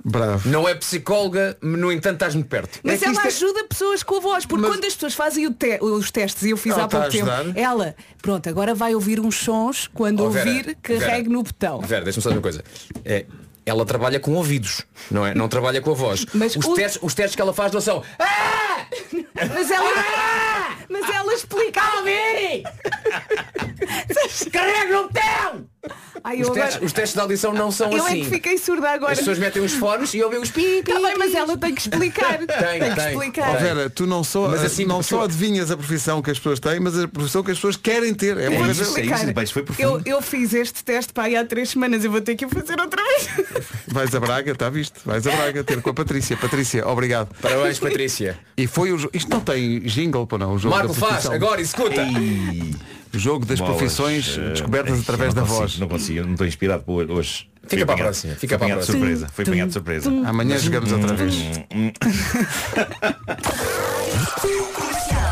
[SPEAKER 1] Bravo.
[SPEAKER 10] Não é psicóloga, no entanto estás-me perto.
[SPEAKER 3] Mas ela ajuda pessoas com a voz, porque quando as pessoas fazem o te- os testes, e eu fiz
[SPEAKER 10] Ela
[SPEAKER 3] há pouco
[SPEAKER 10] está a
[SPEAKER 3] tempo,
[SPEAKER 10] ajudar?
[SPEAKER 3] ela, pronto, agora vai ouvir uns sons, quando
[SPEAKER 10] Oh, Vera,
[SPEAKER 3] ouvir, carregue
[SPEAKER 10] Vera.
[SPEAKER 3] no botão.
[SPEAKER 10] Vera, deixa-me só dizer uma coisa. É, ela trabalha com ouvidos, não é? Não trabalha com a voz.
[SPEAKER 3] [laughs] Mas
[SPEAKER 10] os,
[SPEAKER 3] o-
[SPEAKER 10] testes, os testes que ela faz não são.
[SPEAKER 3] Ah! Mas ela,
[SPEAKER 10] Ah!
[SPEAKER 3] mas ela explica. Calma, Carrega no botão! Ai, eu
[SPEAKER 10] Os testes,
[SPEAKER 3] agora-
[SPEAKER 10] os testes de audição não são
[SPEAKER 3] eu
[SPEAKER 10] assim.
[SPEAKER 3] é que fiquei surda agora.
[SPEAKER 10] As pessoas metem os fones e ouvem os pi.
[SPEAKER 3] Tá bem, mas ela tem que [laughs] explicar.
[SPEAKER 10] Tem,
[SPEAKER 3] que
[SPEAKER 10] tem.
[SPEAKER 3] explicar.
[SPEAKER 1] Ó Vera, tu não só,
[SPEAKER 10] Mas assim,
[SPEAKER 1] não
[SPEAKER 10] porque-
[SPEAKER 1] só adivinhas a profissão que as pessoas têm, mas a profissão que as pessoas querem ter. É, uma
[SPEAKER 3] Vou
[SPEAKER 1] coisa-
[SPEAKER 3] explicar. eu, eu fiz este teste para aí há três semanas, eu vou ter que o fazer outra vez.
[SPEAKER 1] Vais a Braga, está visto? Vais a Braga ter com a Patrícia. Patrícia, obrigado.
[SPEAKER 10] Parabéns, Patrícia.
[SPEAKER 1] E foi o jo- Isto não tem jingle para não, o jogo.
[SPEAKER 10] Marco
[SPEAKER 1] da
[SPEAKER 10] faz,
[SPEAKER 1] profissão.
[SPEAKER 10] agora, e escuta.
[SPEAKER 1] Jogo das
[SPEAKER 7] Bolas,
[SPEAKER 1] profissões
[SPEAKER 7] eh,
[SPEAKER 1] descobertas
[SPEAKER 7] ei,
[SPEAKER 1] através da
[SPEAKER 7] não consigo,
[SPEAKER 1] voz.
[SPEAKER 7] Não consigo, não estou inspirado para hoje.
[SPEAKER 1] Fica
[SPEAKER 7] Fui
[SPEAKER 1] para a
[SPEAKER 7] apanhado-
[SPEAKER 1] próxima, fica
[SPEAKER 7] fui
[SPEAKER 1] para a
[SPEAKER 7] apanhado de
[SPEAKER 1] próxima.
[SPEAKER 7] surpresa. Foi apanhado de surpresa.
[SPEAKER 1] Amanhã jogamos outra vez.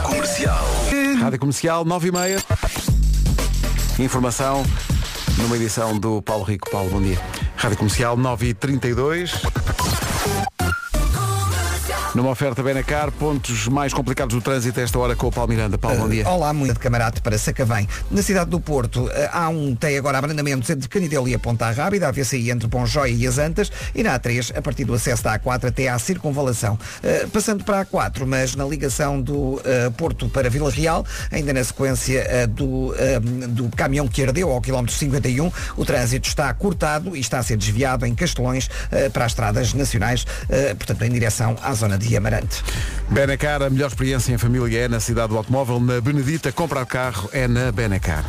[SPEAKER 18] Comercial.
[SPEAKER 1] Rádio Comercial, 9 e meia. Informação numa edição do Paulo Rico. Paulo, bom dia. Rádio Comercial, 9 e 32. Numa oferta Benacar, pontos mais complicados do trânsito a esta hora com o Paulo Miranda. Paulo, bom dia.
[SPEAKER 2] Olá, muito de camarada para Sacavém. Na cidade do Porto eh, há um, tem agora abrandamentos entre Canidelo e a Ponta Rábida, a VCI entre Ponjoia e as Antas, e na A3, a partir do acesso da A4 até à circunvalação. Eh, passando para a A4, mas na ligação do eh, Porto para Vila Real, ainda na sequência eh, do, eh, do caminhão que ardeu ao quilómetro 51, o trânsito está cortado e está a ser desviado em Castelões eh, para as estradas nacionais, eh, portanto, em direção à zona de Amarante.
[SPEAKER 1] Benacar, a melhor experiência em família é na cidade do automóvel. Na Benedita, comprar carro é na Benacar.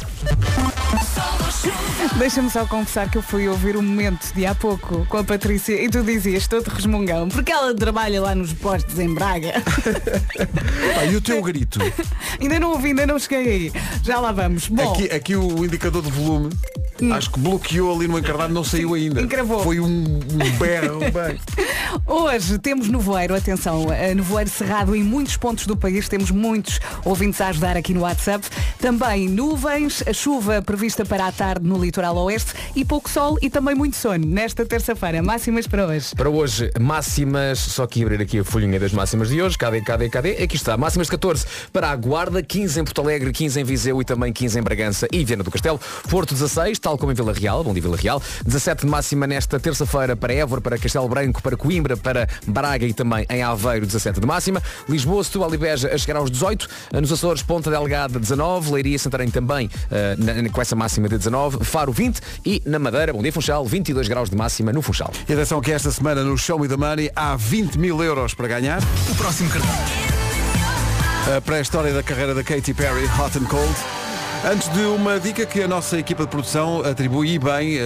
[SPEAKER 3] Deixa-me só confessar que eu fui ouvir um momento de há pouco com a Patrícia e tu dizias todo resmungão, porque ela trabalha lá nos postos em
[SPEAKER 1] [laughs]
[SPEAKER 3] Braga.
[SPEAKER 1] Pá, e o teu grito?
[SPEAKER 3] ainda não ouvi, ainda não cheguei aí. Já lá vamos. Bom, Hum.
[SPEAKER 1] Aqui, aqui é o indicador de volume, acho que bloqueou ali no encardado, não saiu ainda.
[SPEAKER 3] encravou.
[SPEAKER 1] Foi um
[SPEAKER 3] [laughs]
[SPEAKER 1] berro. bem.
[SPEAKER 3] Hoje temos nevoeiro, atenção, eh, nevoeiro cerrado em muitos pontos do país, temos muitos ouvintes a ajudar aqui no WhatsApp. Também nuvens, a chuva prevista para a tarde no litoral oeste e pouco sol e também muito sono nesta terça-feira. Máximas para hoje.
[SPEAKER 10] Para hoje, máximas, só que abrir aqui a folhinha das máximas de hoje, cadê, cadê, cadê? Aqui está, máximas de 14 para a Guarda, 15 em Porto Alegre, 15 em Viseu e também 15 em Bragança e Viana do Castelo, Porto 16, tal como em Vila Real, bom dia Vila Real, 17 de máxima nesta terça-feira para Évora, para Castelo Branco, para Coimbra, para Braga e também em Aveiro, 17 de máxima, Lisboa, Setúbal e Beja a chegar aos 18, nos Açores, Ponta Delgada, 19, Leiria, Santarém também eh, na- com essa máxima de 19, Faro 20 e na Madeira, bom dia Funchal, 22 graus de máxima no Funchal.
[SPEAKER 1] E atenção que esta semana no Show Me the Money há 20 mil euros para ganhar. O próximo cartão. A pré-história da carreira da Katy Perry, Hot and Cold. Antes de uma dica que a nossa equipa de produção atribui e bem, eh,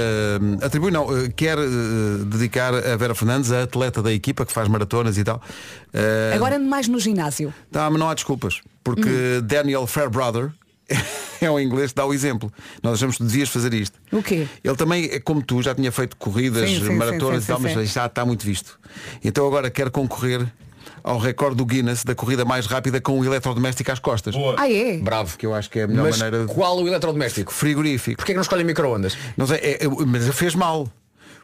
[SPEAKER 1] atribui não, eh, quer eh, dedicar a Vera Fernandes, a atleta da equipa que faz maratonas e tal. Eh,
[SPEAKER 3] Agora ando mais no ginásio.
[SPEAKER 1] Tá, mas não há desculpas, porque
[SPEAKER 3] Hum.
[SPEAKER 1] Daniel Fairbrother [laughs] é um inglês que dá o exemplo. Nós achamos que devias fazer isto.
[SPEAKER 3] O quê?
[SPEAKER 1] Ele também, é como tu, já tinha feito corridas,
[SPEAKER 3] Sim, sim,
[SPEAKER 1] maratonas
[SPEAKER 3] sim, sim,
[SPEAKER 1] e tal,
[SPEAKER 3] sim,
[SPEAKER 1] mas
[SPEAKER 3] sim.
[SPEAKER 1] já está muito visto. Então agora quer concorrer ao recorde do Guinness da corrida mais rápida com um eletrodoméstico às costas.
[SPEAKER 3] Ah, é?
[SPEAKER 1] Bravo. Que eu acho que é a melhor
[SPEAKER 10] Mas
[SPEAKER 1] maneira de...
[SPEAKER 10] qual o eletrodoméstico?
[SPEAKER 1] Frigorífico.
[SPEAKER 10] Porquê que não escolhem microondas?
[SPEAKER 1] Não sei, é- é- mas fez mal.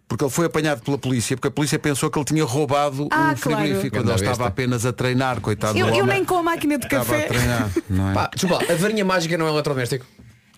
[SPEAKER 1] Porque ele foi apanhado pela polícia, porque a polícia pensou que ele tinha roubado
[SPEAKER 3] Ah,
[SPEAKER 1] um
[SPEAKER 3] claro.
[SPEAKER 1] frigorífico. Quando
[SPEAKER 10] Ganda
[SPEAKER 1] ele estava
[SPEAKER 10] besta.
[SPEAKER 1] apenas a treinar, coitado
[SPEAKER 3] Eu,
[SPEAKER 1] do
[SPEAKER 3] eu
[SPEAKER 1] homem.
[SPEAKER 3] nem com a máquina de
[SPEAKER 1] Estava a
[SPEAKER 3] café.
[SPEAKER 1] treinar, não é?
[SPEAKER 10] Pá, Ah, desculpa, lá, a varinha mágica não é um eletrodoméstico.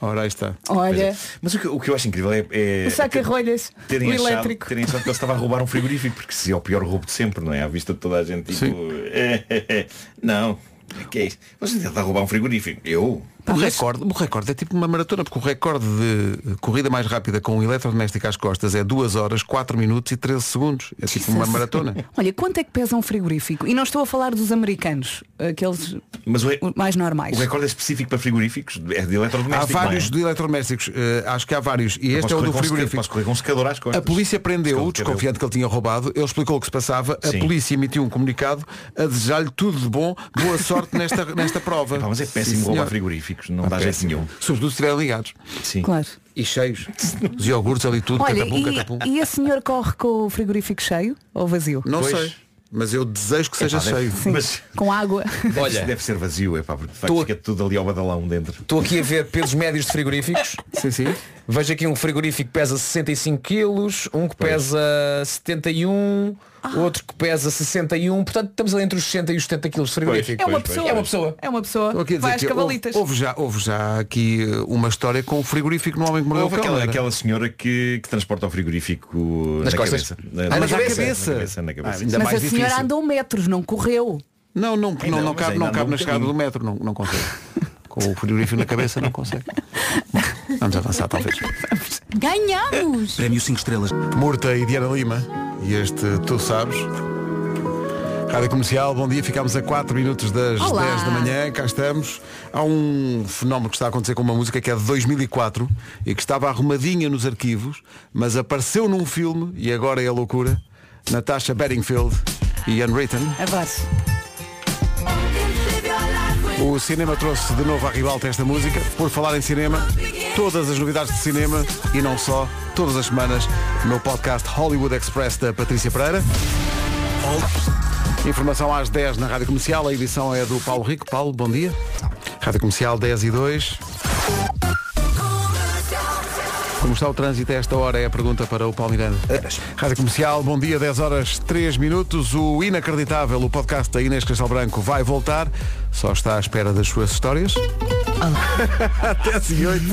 [SPEAKER 1] Ora, aí está.
[SPEAKER 3] Olha,
[SPEAKER 7] Mas o que, o que eu acho incrível é, é
[SPEAKER 3] o saca-rolhas, o
[SPEAKER 7] terem achado,
[SPEAKER 3] elétrico.
[SPEAKER 7] terem achado que ele estava a roubar um frigorífico, porque se é o pior roubo de sempre, não é? À vista de toda a gente, tipo, é, é, é. [laughs] não, o que é isso? Você tenta roubar um frigorífico. Eu?
[SPEAKER 1] O recorde, o recorde é tipo uma maratona, porque o recorde de corrida mais rápida com um eletrodoméstico às costas é 2 horas, 4 minutos e 13 segundos. É tipo uma
[SPEAKER 7] [laughs]
[SPEAKER 1] maratona.
[SPEAKER 3] [laughs] Olha, quanto é que pesa um frigorífico? E não estou a falar dos americanos, aqueles
[SPEAKER 7] Mas o, re-
[SPEAKER 3] mais normais.
[SPEAKER 7] o recorde é específico para frigoríficos, é de
[SPEAKER 1] Há
[SPEAKER 7] eletrodoméstico.
[SPEAKER 1] vários
[SPEAKER 7] não
[SPEAKER 1] de eletrodomésticos, eh, acho que há vários. E
[SPEAKER 7] é?
[SPEAKER 1] este
[SPEAKER 7] Posso
[SPEAKER 1] é o
[SPEAKER 7] correr
[SPEAKER 1] do
[SPEAKER 7] com um seca-
[SPEAKER 1] frigorífico.
[SPEAKER 7] Posso correr com um secador às costas.
[SPEAKER 1] A polícia prendeu-o, desconfiante que ele tinha roubado, ele explicou o que se passava, a
[SPEAKER 7] Sim.
[SPEAKER 1] polícia emitiu um comunicado a desejar-lhe tudo de bom, boa sorte
[SPEAKER 7] [laughs]
[SPEAKER 1] nesta, nesta prova.
[SPEAKER 7] Pá, mas é
[SPEAKER 1] Sim,
[SPEAKER 7] péssimo
[SPEAKER 1] senhor. É
[SPEAKER 7] roubar frigoríficos, não dá jeito nenhum.
[SPEAKER 1] Sobretudo se estiverem ligados.
[SPEAKER 7] Sim.
[SPEAKER 3] Claro.
[SPEAKER 1] E
[SPEAKER 7] [laughs]
[SPEAKER 1] cheios. Os iogurtes ali tudo,
[SPEAKER 3] Olha,
[SPEAKER 1] catapum, catapum.
[SPEAKER 3] e, e a senhor corre com o frigorífico cheio ou vazio?
[SPEAKER 1] Não sei. Mas eu desejo que seja
[SPEAKER 7] Epá, deve-
[SPEAKER 1] cheio.
[SPEAKER 7] Sim. Mas-
[SPEAKER 3] Com água. [laughs]
[SPEAKER 7] Olha, deve ser vazio, é pá, porque de facto fica tudo ali ao badalão dentro.
[SPEAKER 10] Estou aqui a ver pesos médios de frigoríficos.
[SPEAKER 1] Sim, sim.
[SPEAKER 10] Vejo aqui um frigorífico que pesa 65 quilos, um que pesa 71,
[SPEAKER 3] Ah.
[SPEAKER 10] outro que pesa 61. Portanto, estamos ali entre os 60 e os 70 quilos de frigorífico.
[SPEAKER 3] É uma pessoa.
[SPEAKER 10] É uma pessoa.
[SPEAKER 3] É uma pessoa.
[SPEAKER 1] Estou aqui a dizer
[SPEAKER 3] Vai às
[SPEAKER 1] que houve,
[SPEAKER 3] cavalitas.
[SPEAKER 1] houve já, houve já aqui eh, uma história com o frigorífico no homem que mordeu o
[SPEAKER 7] Houve
[SPEAKER 1] cão.
[SPEAKER 7] aquela,
[SPEAKER 1] não era?
[SPEAKER 7] aquela senhora que, que transporta o frigorífico
[SPEAKER 1] Nas
[SPEAKER 7] na
[SPEAKER 1] costas?
[SPEAKER 7] cabeça.
[SPEAKER 1] Ah, mas à cabeça.
[SPEAKER 7] Na cabeça, na cabeça.
[SPEAKER 1] Ah, ainda
[SPEAKER 3] Mas a senhora andou metros, não correu.
[SPEAKER 1] Não, não,
[SPEAKER 7] Ei,
[SPEAKER 1] não,
[SPEAKER 7] não,
[SPEAKER 1] não
[SPEAKER 7] mas
[SPEAKER 1] cabe,
[SPEAKER 7] ainda
[SPEAKER 1] não
[SPEAKER 7] anda
[SPEAKER 1] cabe
[SPEAKER 7] um
[SPEAKER 1] na escada do
[SPEAKER 7] bocadinho.
[SPEAKER 1] metro, não, não consegue. Com o frigorífico na cabeça não [laughs] consegue. Bom, vamos avançar talvez.
[SPEAKER 18] Ganhamos!
[SPEAKER 1] Prémio 5 estrelas. Murta e Diana Lima. E este tu sabes. Rádio Comercial, bom dia. Ficámos a 4 minutos das
[SPEAKER 18] Olá.
[SPEAKER 1] 10 da manhã, cá estamos. Há um fenómeno que está a acontecer com uma música que é de 2004 e que estava arrumadinha nos arquivos, mas apareceu num filme e agora é a loucura. Natasha Bedingfield e Unwritten.
[SPEAKER 3] Abraço.
[SPEAKER 1] O cinema trouxe de novo à ribalta esta música. Por falar em cinema, todas as novidades de cinema e não só, todas as semanas, no podcast Hollywood Express da Patrícia Pereira. Informação às 10 na Rádio Comercial. A edição é do Paulo Rico. Paulo, bom dia. Rádio Comercial 10 e 2. Como está o trânsito a esta hora? É a pergunta para o Paulo Miranda. Rádio Comercial, bom dia, 10 horas 3 minutos. O inacreditável, o podcast da Inês Castelo Branco vai voltar. Só está à espera das suas histórias. [laughs] Até assim
[SPEAKER 10] [laughs]
[SPEAKER 1] oito.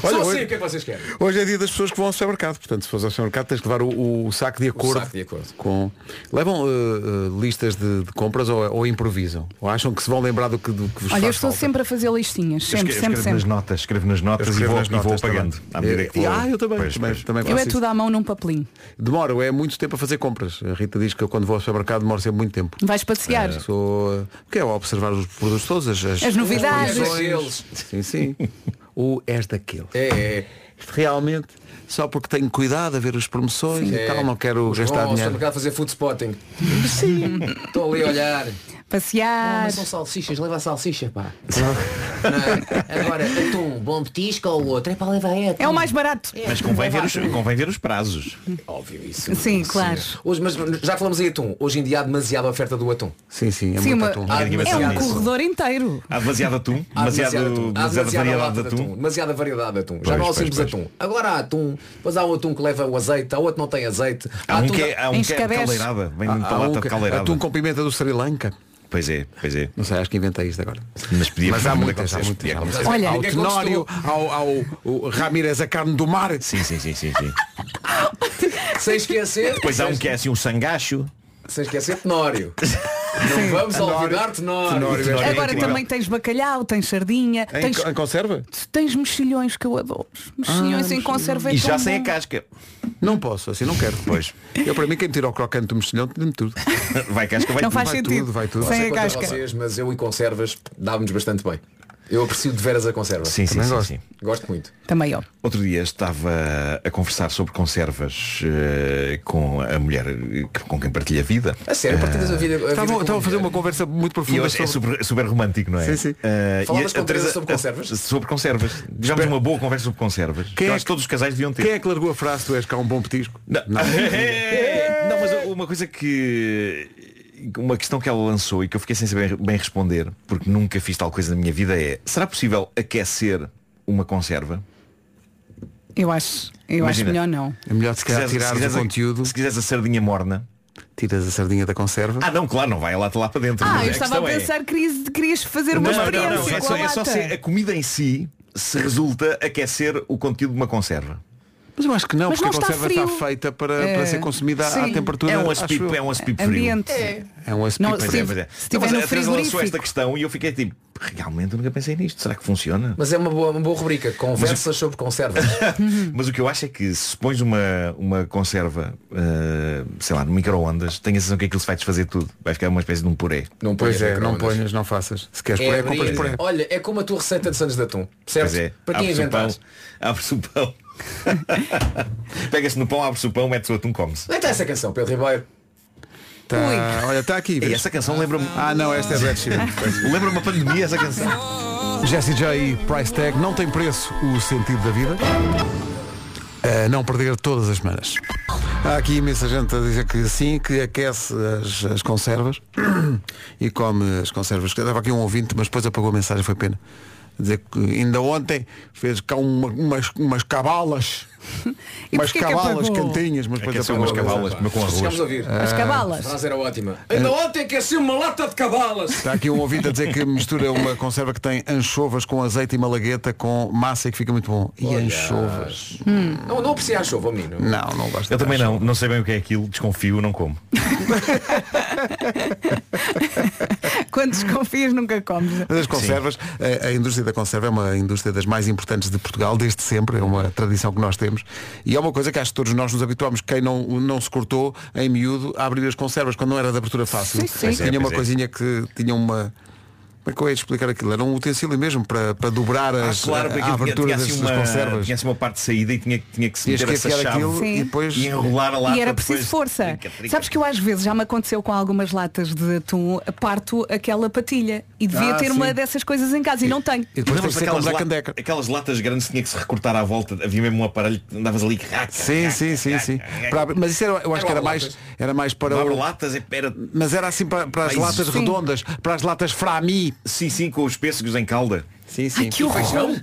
[SPEAKER 1] Olha,
[SPEAKER 10] Só
[SPEAKER 1] hoje-
[SPEAKER 10] assim, o que é que vocês querem?
[SPEAKER 1] Hoje é dia das pessoas que vão ao supermercado. Portanto, se fores ao supermercado, tens que levar o, o saco de acordo.
[SPEAKER 10] saco de acordo.
[SPEAKER 1] Com... Levam eh, eh, listas de, de compras ou, ou improvisam? Ou acham que se vão lembrar do que, do que vos
[SPEAKER 3] Olha, eu
[SPEAKER 1] faz
[SPEAKER 3] estou
[SPEAKER 1] falta?
[SPEAKER 3] sempre a fazer listinhas. Sempre, sempre, sempre.
[SPEAKER 1] notas, escrevo nas notas
[SPEAKER 7] e vou- e vou apagando, à medida
[SPEAKER 1] Eh,
[SPEAKER 7] que vou-
[SPEAKER 1] Ah, eu também.
[SPEAKER 7] Pois,
[SPEAKER 1] também,
[SPEAKER 7] pois.
[SPEAKER 1] também
[SPEAKER 3] Eu
[SPEAKER 1] faço
[SPEAKER 3] é
[SPEAKER 1] isso.
[SPEAKER 3] tudo à mão num papelinho.
[SPEAKER 1] Demoro, é muito tempo a fazer compras. A Rita diz que eu quando vou ao supermercado demoro sempre muito tempo.
[SPEAKER 3] Vais passear.
[SPEAKER 1] Eh, Sou, eh, porque é observar os produtos todos, as,
[SPEAKER 3] As novidades.
[SPEAKER 1] as condições. Sim, sim. Ou és daquele. É, é. Realmente, só porque tenho cuidado a ver as promoções e tal, não quero
[SPEAKER 10] Os
[SPEAKER 1] gastar
[SPEAKER 10] vão ao
[SPEAKER 1] dinheiro.
[SPEAKER 10] supermercado fazer food spotting. Sim. Estou ali a olhar.
[SPEAKER 3] Passear.
[SPEAKER 20] Ah,
[SPEAKER 7] É
[SPEAKER 20] mas são salsichas, leva a salsicha, pá. Não, agora, atum, bom petisco ou outro, é para levar é atum.
[SPEAKER 3] É o mais barato.
[SPEAKER 7] Mas convém ver, os, convém ver os prazos. Óbvio isso.
[SPEAKER 3] Sim, claro.
[SPEAKER 10] Hoje, mas já falamos em atum. Hoje em dia há demasiada oferta do atum.
[SPEAKER 1] Sim, sim,
[SPEAKER 3] Sim, uma-
[SPEAKER 10] Há
[SPEAKER 3] é um
[SPEAKER 10] demasiado isso.
[SPEAKER 3] corredor inteiro.
[SPEAKER 7] Há demasiado atum,
[SPEAKER 10] Há
[SPEAKER 7] demasiado,
[SPEAKER 10] atum. Há
[SPEAKER 7] demasiada variedade
[SPEAKER 10] lata
[SPEAKER 7] de atum.
[SPEAKER 10] Demasiada variedade de atum. Já
[SPEAKER 7] Pois,
[SPEAKER 10] não há o
[SPEAKER 7] pois,
[SPEAKER 10] simples
[SPEAKER 7] pois.
[SPEAKER 10] atum. Agora há atum, depois há um atum que leva o azeite, há outro que não tem azeite.
[SPEAKER 7] Há um
[SPEAKER 10] atum
[SPEAKER 7] que é-
[SPEAKER 10] da-
[SPEAKER 7] há um que é de caldeirada, vem de palata de caldeirada.
[SPEAKER 1] um Atum com pimenta do Sri Lanka.
[SPEAKER 7] Pois é, pois é.
[SPEAKER 1] Não sei, acho que inventei isto agora. é
[SPEAKER 7] Mas podia
[SPEAKER 1] Mas há
[SPEAKER 7] podia
[SPEAKER 1] muitas, há
[SPEAKER 7] acontecer,
[SPEAKER 1] muitas.
[SPEAKER 7] podia
[SPEAKER 1] há
[SPEAKER 7] acontecer.
[SPEAKER 1] muitas. ao Tenório, ao, ao, ao Ramírez, a carne do mar.
[SPEAKER 7] Sim, sim, sim, sim. sim.
[SPEAKER 10] Sem esquecer.
[SPEAKER 7] Depois há um que é assim um sangacho.
[SPEAKER 10] Sem esquecer Tenório. Não vamos olvidar Tenório.
[SPEAKER 3] Agora também tens bacalhau, tens sardinha, tens,
[SPEAKER 1] conserva?
[SPEAKER 3] tens mexilhões que eu adoro. Mexilhões
[SPEAKER 7] Ah,
[SPEAKER 3] em conserva é tão bom.
[SPEAKER 7] casca.
[SPEAKER 1] Não posso, assim não quero. Pois. Eu para mim quem me tira o crocante do mexilhão, tira-me tudo.
[SPEAKER 7] Vai casca,
[SPEAKER 1] vai Não tudo. faz Vai sentido. tudo, vai tudo.
[SPEAKER 10] Não sei
[SPEAKER 1] Sem a
[SPEAKER 10] quanto
[SPEAKER 1] casca.
[SPEAKER 10] Vocês, mas eu e conservas dá-nos bastante bem. Eu aprecio de veras a conserva.
[SPEAKER 7] Sim, sim, Também sim, gosto. sim.
[SPEAKER 10] Gosto muito.
[SPEAKER 3] Também, ó.
[SPEAKER 7] Outro dia estava a conversar sobre conservas eh, com a mulher eh, com quem partilha a vida.
[SPEAKER 10] A É sério, partilhas a vida. é.
[SPEAKER 1] Estavam estavam a fazer uma conversa muito
[SPEAKER 7] E
[SPEAKER 1] profunda
[SPEAKER 7] hoje é
[SPEAKER 1] sobre...
[SPEAKER 7] super, super romântico, não é?
[SPEAKER 1] Sim, sim.
[SPEAKER 7] Eh, e
[SPEAKER 1] Falavas
[SPEAKER 7] a
[SPEAKER 1] com a Teresa
[SPEAKER 7] Teresa-
[SPEAKER 1] sobre
[SPEAKER 7] a-
[SPEAKER 1] conservas?
[SPEAKER 7] Sobre conservas. Tivemos uma boa conversa sobre conservas.
[SPEAKER 1] Quem
[SPEAKER 7] eu
[SPEAKER 1] é
[SPEAKER 7] acho
[SPEAKER 1] que-
[SPEAKER 7] que todos os
[SPEAKER 10] [laughs]
[SPEAKER 7] casais deviam ter.
[SPEAKER 1] Quem é que largou a frase tu és cá um bom petisco? Não.
[SPEAKER 10] É.
[SPEAKER 7] Não, mas uma coisa que. Uma questão que ela lançou e que eu fiquei sem saber bem responder, porque nunca fiz tal coisa na minha vida é, será possível aquecer uma conserva?
[SPEAKER 3] Eu acho, eu acho
[SPEAKER 7] Imagina.
[SPEAKER 3] melhor não.
[SPEAKER 1] É melhor se calhar
[SPEAKER 7] quiseres- se
[SPEAKER 1] tirares
[SPEAKER 7] quiseres
[SPEAKER 1] o
[SPEAKER 7] a-
[SPEAKER 1] conteúdo. Se
[SPEAKER 7] quiseres a sardinha morna.
[SPEAKER 1] Tiras a sardinha da conserva.
[SPEAKER 7] Ah não, claro, não vai a lata lá para dentro.
[SPEAKER 3] Ah,
[SPEAKER 7] mas
[SPEAKER 3] eu estava a
[SPEAKER 7] questão é-
[SPEAKER 3] pensar que querias, querias fazer uma
[SPEAKER 7] Não, não,
[SPEAKER 3] experiência
[SPEAKER 7] não, é
[SPEAKER 3] com
[SPEAKER 7] só,
[SPEAKER 3] a
[SPEAKER 7] é só
[SPEAKER 3] lata.
[SPEAKER 7] se a comida em si se resulta aquecer o conteúdo de uma conserva.
[SPEAKER 1] Mas eu acho que não,
[SPEAKER 7] Mas
[SPEAKER 1] porque
[SPEAKER 7] não
[SPEAKER 1] a
[SPEAKER 7] está
[SPEAKER 1] conserva
[SPEAKER 7] frio.
[SPEAKER 1] está feita para,
[SPEAKER 7] É.
[SPEAKER 1] para ser consumida à
[SPEAKER 7] Sim.
[SPEAKER 1] temperatura.
[SPEAKER 7] É um
[SPEAKER 1] acho
[SPEAKER 7] aspip-
[SPEAKER 1] eu.
[SPEAKER 7] é um aspip frio. Ambiente. É.
[SPEAKER 1] É um aspip
[SPEAKER 7] Pois é, pois é. Não, mas a Teresa lançou esta questão e eu fiquei tipo, realmente eu nunca pensei nisto. Será que funciona?
[SPEAKER 10] Mas é uma boa, uma boa rubrica. Conversas sobre conservas.
[SPEAKER 7] [laughs] Mas o que eu acho é que se pões uma, uma conserva, eh, sei lá, no micro-ondas, tenho a sensação que aquilo se vai desfazer tudo. Vai ficar uma espécie de um puré.
[SPEAKER 10] Não
[SPEAKER 1] Pois é, não ponhas, não faças. Se
[SPEAKER 7] É
[SPEAKER 1] queres puré, compras
[SPEAKER 10] abrir-
[SPEAKER 1] puré.
[SPEAKER 10] Olha, é como a tua receita de Santos de Atum.
[SPEAKER 7] Pois
[SPEAKER 10] Certo?
[SPEAKER 7] é,
[SPEAKER 10] Para quem
[SPEAKER 7] abre-se o pão,
[SPEAKER 10] inventaste?
[SPEAKER 7] abre-se o pão. Pega-se no pão, abre-se o pão, mete-se o atum, come-se.
[SPEAKER 10] Então essa canção, Pedro Ribeiro.
[SPEAKER 1] Tá, olha, está aqui.
[SPEAKER 7] E essa canção lembra-me.
[SPEAKER 1] Ah não, esta é do Ed
[SPEAKER 7] [laughs]
[SPEAKER 1] Sheeran.
[SPEAKER 7] lembra-me a pandemia essa canção.
[SPEAKER 1] Jesse J e Price Tag não tem preço o sentido da vida. A não perder todas as semanas. Há aqui imensa gente a dizer que sim, que aquece as, as conservas e come as conservas. Estava aqui um ouvinte, mas depois apagou a mensagem, foi pena. A Dizer que ainda ontem fez cá uma- umas, umas cabalas.
[SPEAKER 10] E
[SPEAKER 1] umas
[SPEAKER 10] porquê
[SPEAKER 3] é
[SPEAKER 10] que
[SPEAKER 1] cabalas
[SPEAKER 10] apagou?
[SPEAKER 1] cantinhas, mas depois
[SPEAKER 7] Aqueceu umas
[SPEAKER 1] apagou a
[SPEAKER 7] cabalas,
[SPEAKER 1] mensagem.
[SPEAKER 7] mas com arroz. Ah.
[SPEAKER 10] Chegámos a ouvir.
[SPEAKER 1] Ah,
[SPEAKER 10] A frase era ótima. Ainda ontem que assim uma lata de cabalas.
[SPEAKER 1] Está aqui um ouvinte a dizer que mistura uma conserva que tem anchovas com azeite e malagueta com massa e que fica muito bom. E anchovas.
[SPEAKER 10] Não, não aprecia a chuva, menino.
[SPEAKER 1] Não, não gosto.
[SPEAKER 7] Hum. Eu também não, não sei bem o que é aquilo, desconfio, não como.
[SPEAKER 3] Quando desconfias nunca comes.
[SPEAKER 1] Das conservas, a, a indústria da conserva é uma indústria das mais importantes de Portugal desde sempre, é uma tradição que nós temos. E é uma coisa que acho que todos nós nos habituamos, quem não, não se cortou em miúdo a abrir as conservas quando não era de abertura fácil.
[SPEAKER 7] Sim, sim. Pois é,
[SPEAKER 1] Tinha uma
[SPEAKER 7] pois é.
[SPEAKER 1] coisinha que tinha uma. Mas qual é de explicar aquilo? Era um utensílio mesmo para, para dobrar
[SPEAKER 7] Ah,
[SPEAKER 1] as, a abertura das, das conservas.
[SPEAKER 7] assim tinha uma parte de saída e tinha, tinha que se
[SPEAKER 1] Tinhas
[SPEAKER 7] meter
[SPEAKER 1] que
[SPEAKER 7] essa
[SPEAKER 1] afiar
[SPEAKER 7] chave
[SPEAKER 1] aquilo e Sim. depois-
[SPEAKER 7] e enrolar a lata
[SPEAKER 3] E era preciso
[SPEAKER 7] depois.
[SPEAKER 3] força. Sabes que eu às vezes já me aconteceu com algumas latas de atum, parto aquela patilha e devia
[SPEAKER 7] Ah,
[SPEAKER 3] ter
[SPEAKER 7] sim.
[SPEAKER 3] uma dessas coisas em casa e não tenho.
[SPEAKER 7] Não, mas aquelas, la- aquelas latas grandes tinha que se recortar à volta, havia mesmo um aparelho que andavas ali.
[SPEAKER 1] Sim, sim,
[SPEAKER 7] É,
[SPEAKER 1] sim, sim. Para abrir- mas isso era, eu acho que era mais, era mais para
[SPEAKER 7] Para
[SPEAKER 1] o-
[SPEAKER 7] latas, era
[SPEAKER 1] Mas era assim para, para as
[SPEAKER 7] Mas-
[SPEAKER 1] latas
[SPEAKER 7] Sim.
[SPEAKER 1] redondas, para as latas frami.
[SPEAKER 7] Sim, sim, com os pêssegos em calda.
[SPEAKER 1] Sim,
[SPEAKER 7] sim.
[SPEAKER 1] Ai, que E horror! feijão?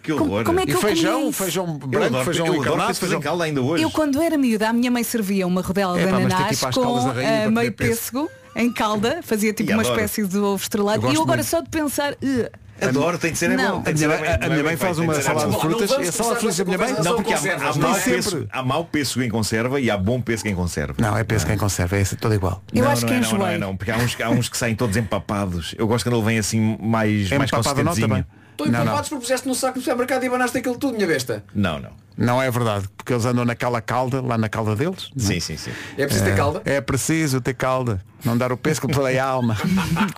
[SPEAKER 7] Que
[SPEAKER 1] Como-
[SPEAKER 7] horror.
[SPEAKER 3] como é que
[SPEAKER 7] e
[SPEAKER 3] eu
[SPEAKER 7] feijão,
[SPEAKER 3] comi isso?
[SPEAKER 7] feijão branco,
[SPEAKER 1] Eu adoro-
[SPEAKER 7] feijão
[SPEAKER 1] eu adoro
[SPEAKER 7] encarnado,
[SPEAKER 1] pêssego
[SPEAKER 7] feijão
[SPEAKER 1] em
[SPEAKER 7] calda ainda hoje.
[SPEAKER 3] Eu quando era miúda, a minha mãe servia uma rodela
[SPEAKER 7] É,
[SPEAKER 3] de
[SPEAKER 7] pá, mas tem que ir
[SPEAKER 3] ananás
[SPEAKER 7] para as caldas
[SPEAKER 3] com
[SPEAKER 7] da rainha
[SPEAKER 3] ah,
[SPEAKER 7] para
[SPEAKER 3] meio
[SPEAKER 7] comer pêssego.
[SPEAKER 3] pêssego em calda, fazia tipo
[SPEAKER 7] E
[SPEAKER 3] uma
[SPEAKER 7] adoro.
[SPEAKER 3] espécie de ovo estrelado.
[SPEAKER 7] Eu
[SPEAKER 3] E eu
[SPEAKER 7] gosto
[SPEAKER 3] agora
[SPEAKER 7] muito.
[SPEAKER 3] só de pensar. "Ugh."
[SPEAKER 7] Adoro, tem de ser é
[SPEAKER 3] Não.
[SPEAKER 7] bom. tem de ser
[SPEAKER 1] A
[SPEAKER 7] é
[SPEAKER 1] minha
[SPEAKER 7] bem-
[SPEAKER 1] mãe- a
[SPEAKER 7] não é
[SPEAKER 1] minha
[SPEAKER 7] bem
[SPEAKER 1] mãe faz
[SPEAKER 7] feito,
[SPEAKER 1] uma
[SPEAKER 7] tem de ser é
[SPEAKER 1] salada de
[SPEAKER 7] bom.
[SPEAKER 1] frutas. Não vamos É salada de frutas da minha mãe?
[SPEAKER 7] Não, porque há, há, mau
[SPEAKER 1] Nem
[SPEAKER 7] pêssego,
[SPEAKER 1] sempre.
[SPEAKER 7] há mau pêssego em conserva e há bom pêssego em conserva.
[SPEAKER 1] Não, é pêssego em conserva, é esse, todo igual.
[SPEAKER 7] não, não é, não, não é não, porque há uns, há uns que saem todos empapados. Eu gosto quando ele vem assim mais, mais
[SPEAKER 1] É Empapado não
[SPEAKER 7] consistentezinho.
[SPEAKER 1] também.
[SPEAKER 10] Estou empapados porque puseste no saco do supermercado e banaste aquilo tudo, minha besta. Assim
[SPEAKER 7] Não, não.
[SPEAKER 1] Não é verdade, porque eles andam naquela calda, lá na calda deles. não é?
[SPEAKER 7] Sim, sim, sim.
[SPEAKER 10] É preciso ter calda?
[SPEAKER 1] É preciso ter calda. Não dar o pesco pela
[SPEAKER 10] [laughs]
[SPEAKER 1] alma.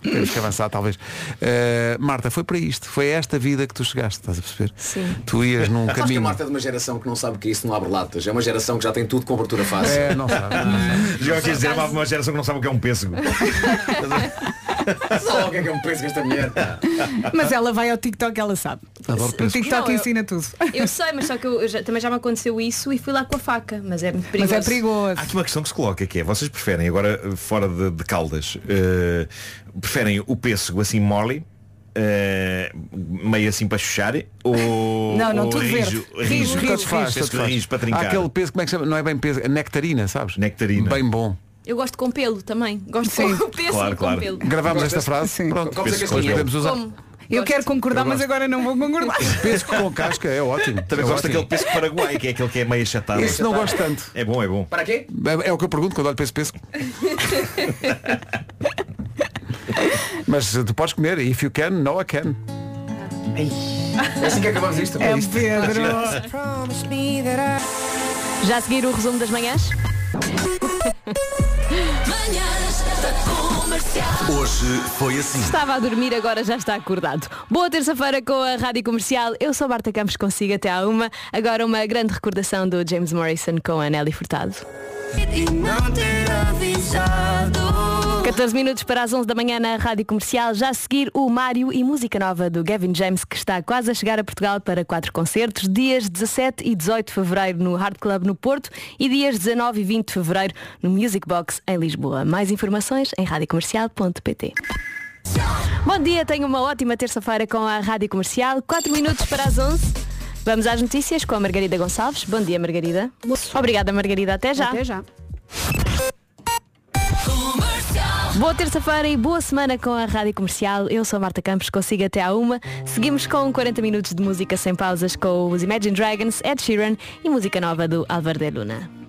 [SPEAKER 1] Temos que avançar, talvez. Eh, Marta, foi para isto. Foi a esta vida que tu chegaste, estás a perceber? Sim. Tu ias num
[SPEAKER 10] [laughs] Sabes que a
[SPEAKER 1] caminho.
[SPEAKER 10] Marta é de uma geração que não sabe que isso não abre latas. É uma geração que já tem tudo com abertura
[SPEAKER 7] [laughs]
[SPEAKER 10] fácil.
[SPEAKER 1] É, não
[SPEAKER 10] [laughs]
[SPEAKER 1] sabe.
[SPEAKER 7] Já quis dizer, há uma geração que não sabe o que é um pêssego.
[SPEAKER 10] Sabe o que é que eu me penso com esta mulher?
[SPEAKER 3] Mas ela vai ao TikTok, ela sabe.
[SPEAKER 10] Adoro
[SPEAKER 3] o
[SPEAKER 10] pêssego.
[SPEAKER 3] Tiktok
[SPEAKER 8] Não, é eu-
[SPEAKER 3] ensina tudo.
[SPEAKER 8] [laughs]
[SPEAKER 3] [laughs] é
[SPEAKER 8] Eu sei, mas só que eu, eu já- também já me aconteceu isso e fui lá com a faca, mas é muito
[SPEAKER 3] Mas
[SPEAKER 8] perigoso.
[SPEAKER 3] é perigoso.
[SPEAKER 7] Há aqui uma questão que se coloca que é, vocês preferem, agora eh, fora de, de caldas, eh, preferem o pêssego assim mole, eh, meio assim para chuchar, ou,
[SPEAKER 1] Não, não,
[SPEAKER 7] ou
[SPEAKER 1] tudo
[SPEAKER 7] rijo,
[SPEAKER 1] verde.
[SPEAKER 7] rijo,
[SPEAKER 1] Tanto faz,
[SPEAKER 7] pêssego
[SPEAKER 1] tanto faz.
[SPEAKER 7] rijo para
[SPEAKER 1] Há
[SPEAKER 7] trincar.
[SPEAKER 1] aquele peso, como é que se chama? Não é bem peso, é nectarina, sabes?
[SPEAKER 7] Nectarina.
[SPEAKER 1] Bem bom.
[SPEAKER 8] Eu gosto com pelo também. Gosto com [laughs] pêssego e com pelo.
[SPEAKER 1] Gravámos esta frase. Pronto,
[SPEAKER 8] Comes a
[SPEAKER 1] Penso que
[SPEAKER 8] casquinha.
[SPEAKER 1] podemos usar.
[SPEAKER 8] Como?
[SPEAKER 3] Eu quero concordar,
[SPEAKER 1] Eu
[SPEAKER 3] mas
[SPEAKER 1] gosto.
[SPEAKER 3] agora não vou
[SPEAKER 7] [laughs]
[SPEAKER 3] concordar.
[SPEAKER 1] Pesco com casca é ótimo.
[SPEAKER 7] Também
[SPEAKER 1] é
[SPEAKER 7] gosto
[SPEAKER 1] ótimo.
[SPEAKER 7] daquele pêssego paraguai, que é aquele que é meio achatado.
[SPEAKER 1] Esse não gosto tanto.
[SPEAKER 7] É bom, é bom.
[SPEAKER 10] Para quê?
[SPEAKER 1] É, é o que eu pergunto quando olho para esse pesco. Mas eh, tu podes comer, if you can, no I can.
[SPEAKER 10] É assim que acabamos isto.
[SPEAKER 1] É um Pedro.
[SPEAKER 8] Já a seguir o resumo das manhãs?
[SPEAKER 21] Hoje foi assim.
[SPEAKER 8] Estava a dormir, agora já está acordado. Boa terça-feira com a Rádio Comercial. Eu sou a Marta Campos, consigo até à uma. Agora uma grande recordação do James Morrison com a Nelly Furtado.
[SPEAKER 22] E não ter avisado.
[SPEAKER 8] 14 minutos para as 11 da manhã na Rádio Comercial. Já a seguir o Mário e música nova do Gavin James, que está quase a chegar a Portugal para quatro concertos, dias 17 e 18 de fevereiro no Hard Club no Porto e dias 19 e 20 de fevereiro no Music Box em Lisboa. Mais informações em radiocomercial.pt. Bom dia, tenha uma ótima terça-feira com a Rádio Comercial. 4 minutos para as 11. Vamos às notícias com a Margarida Gonçalves. Bom dia, Margarida. Obrigada, Margarida. Até já.
[SPEAKER 23] Até já.
[SPEAKER 8] Boa terça-feira e boa semana com a Rádio Comercial. Eu sou a Marta Campos, consigo até à uma. Seguimos com 40 minutos de música sem pausas com os Imagine Dragons, Ed Sheeran e música nova do Álvaro de Luna.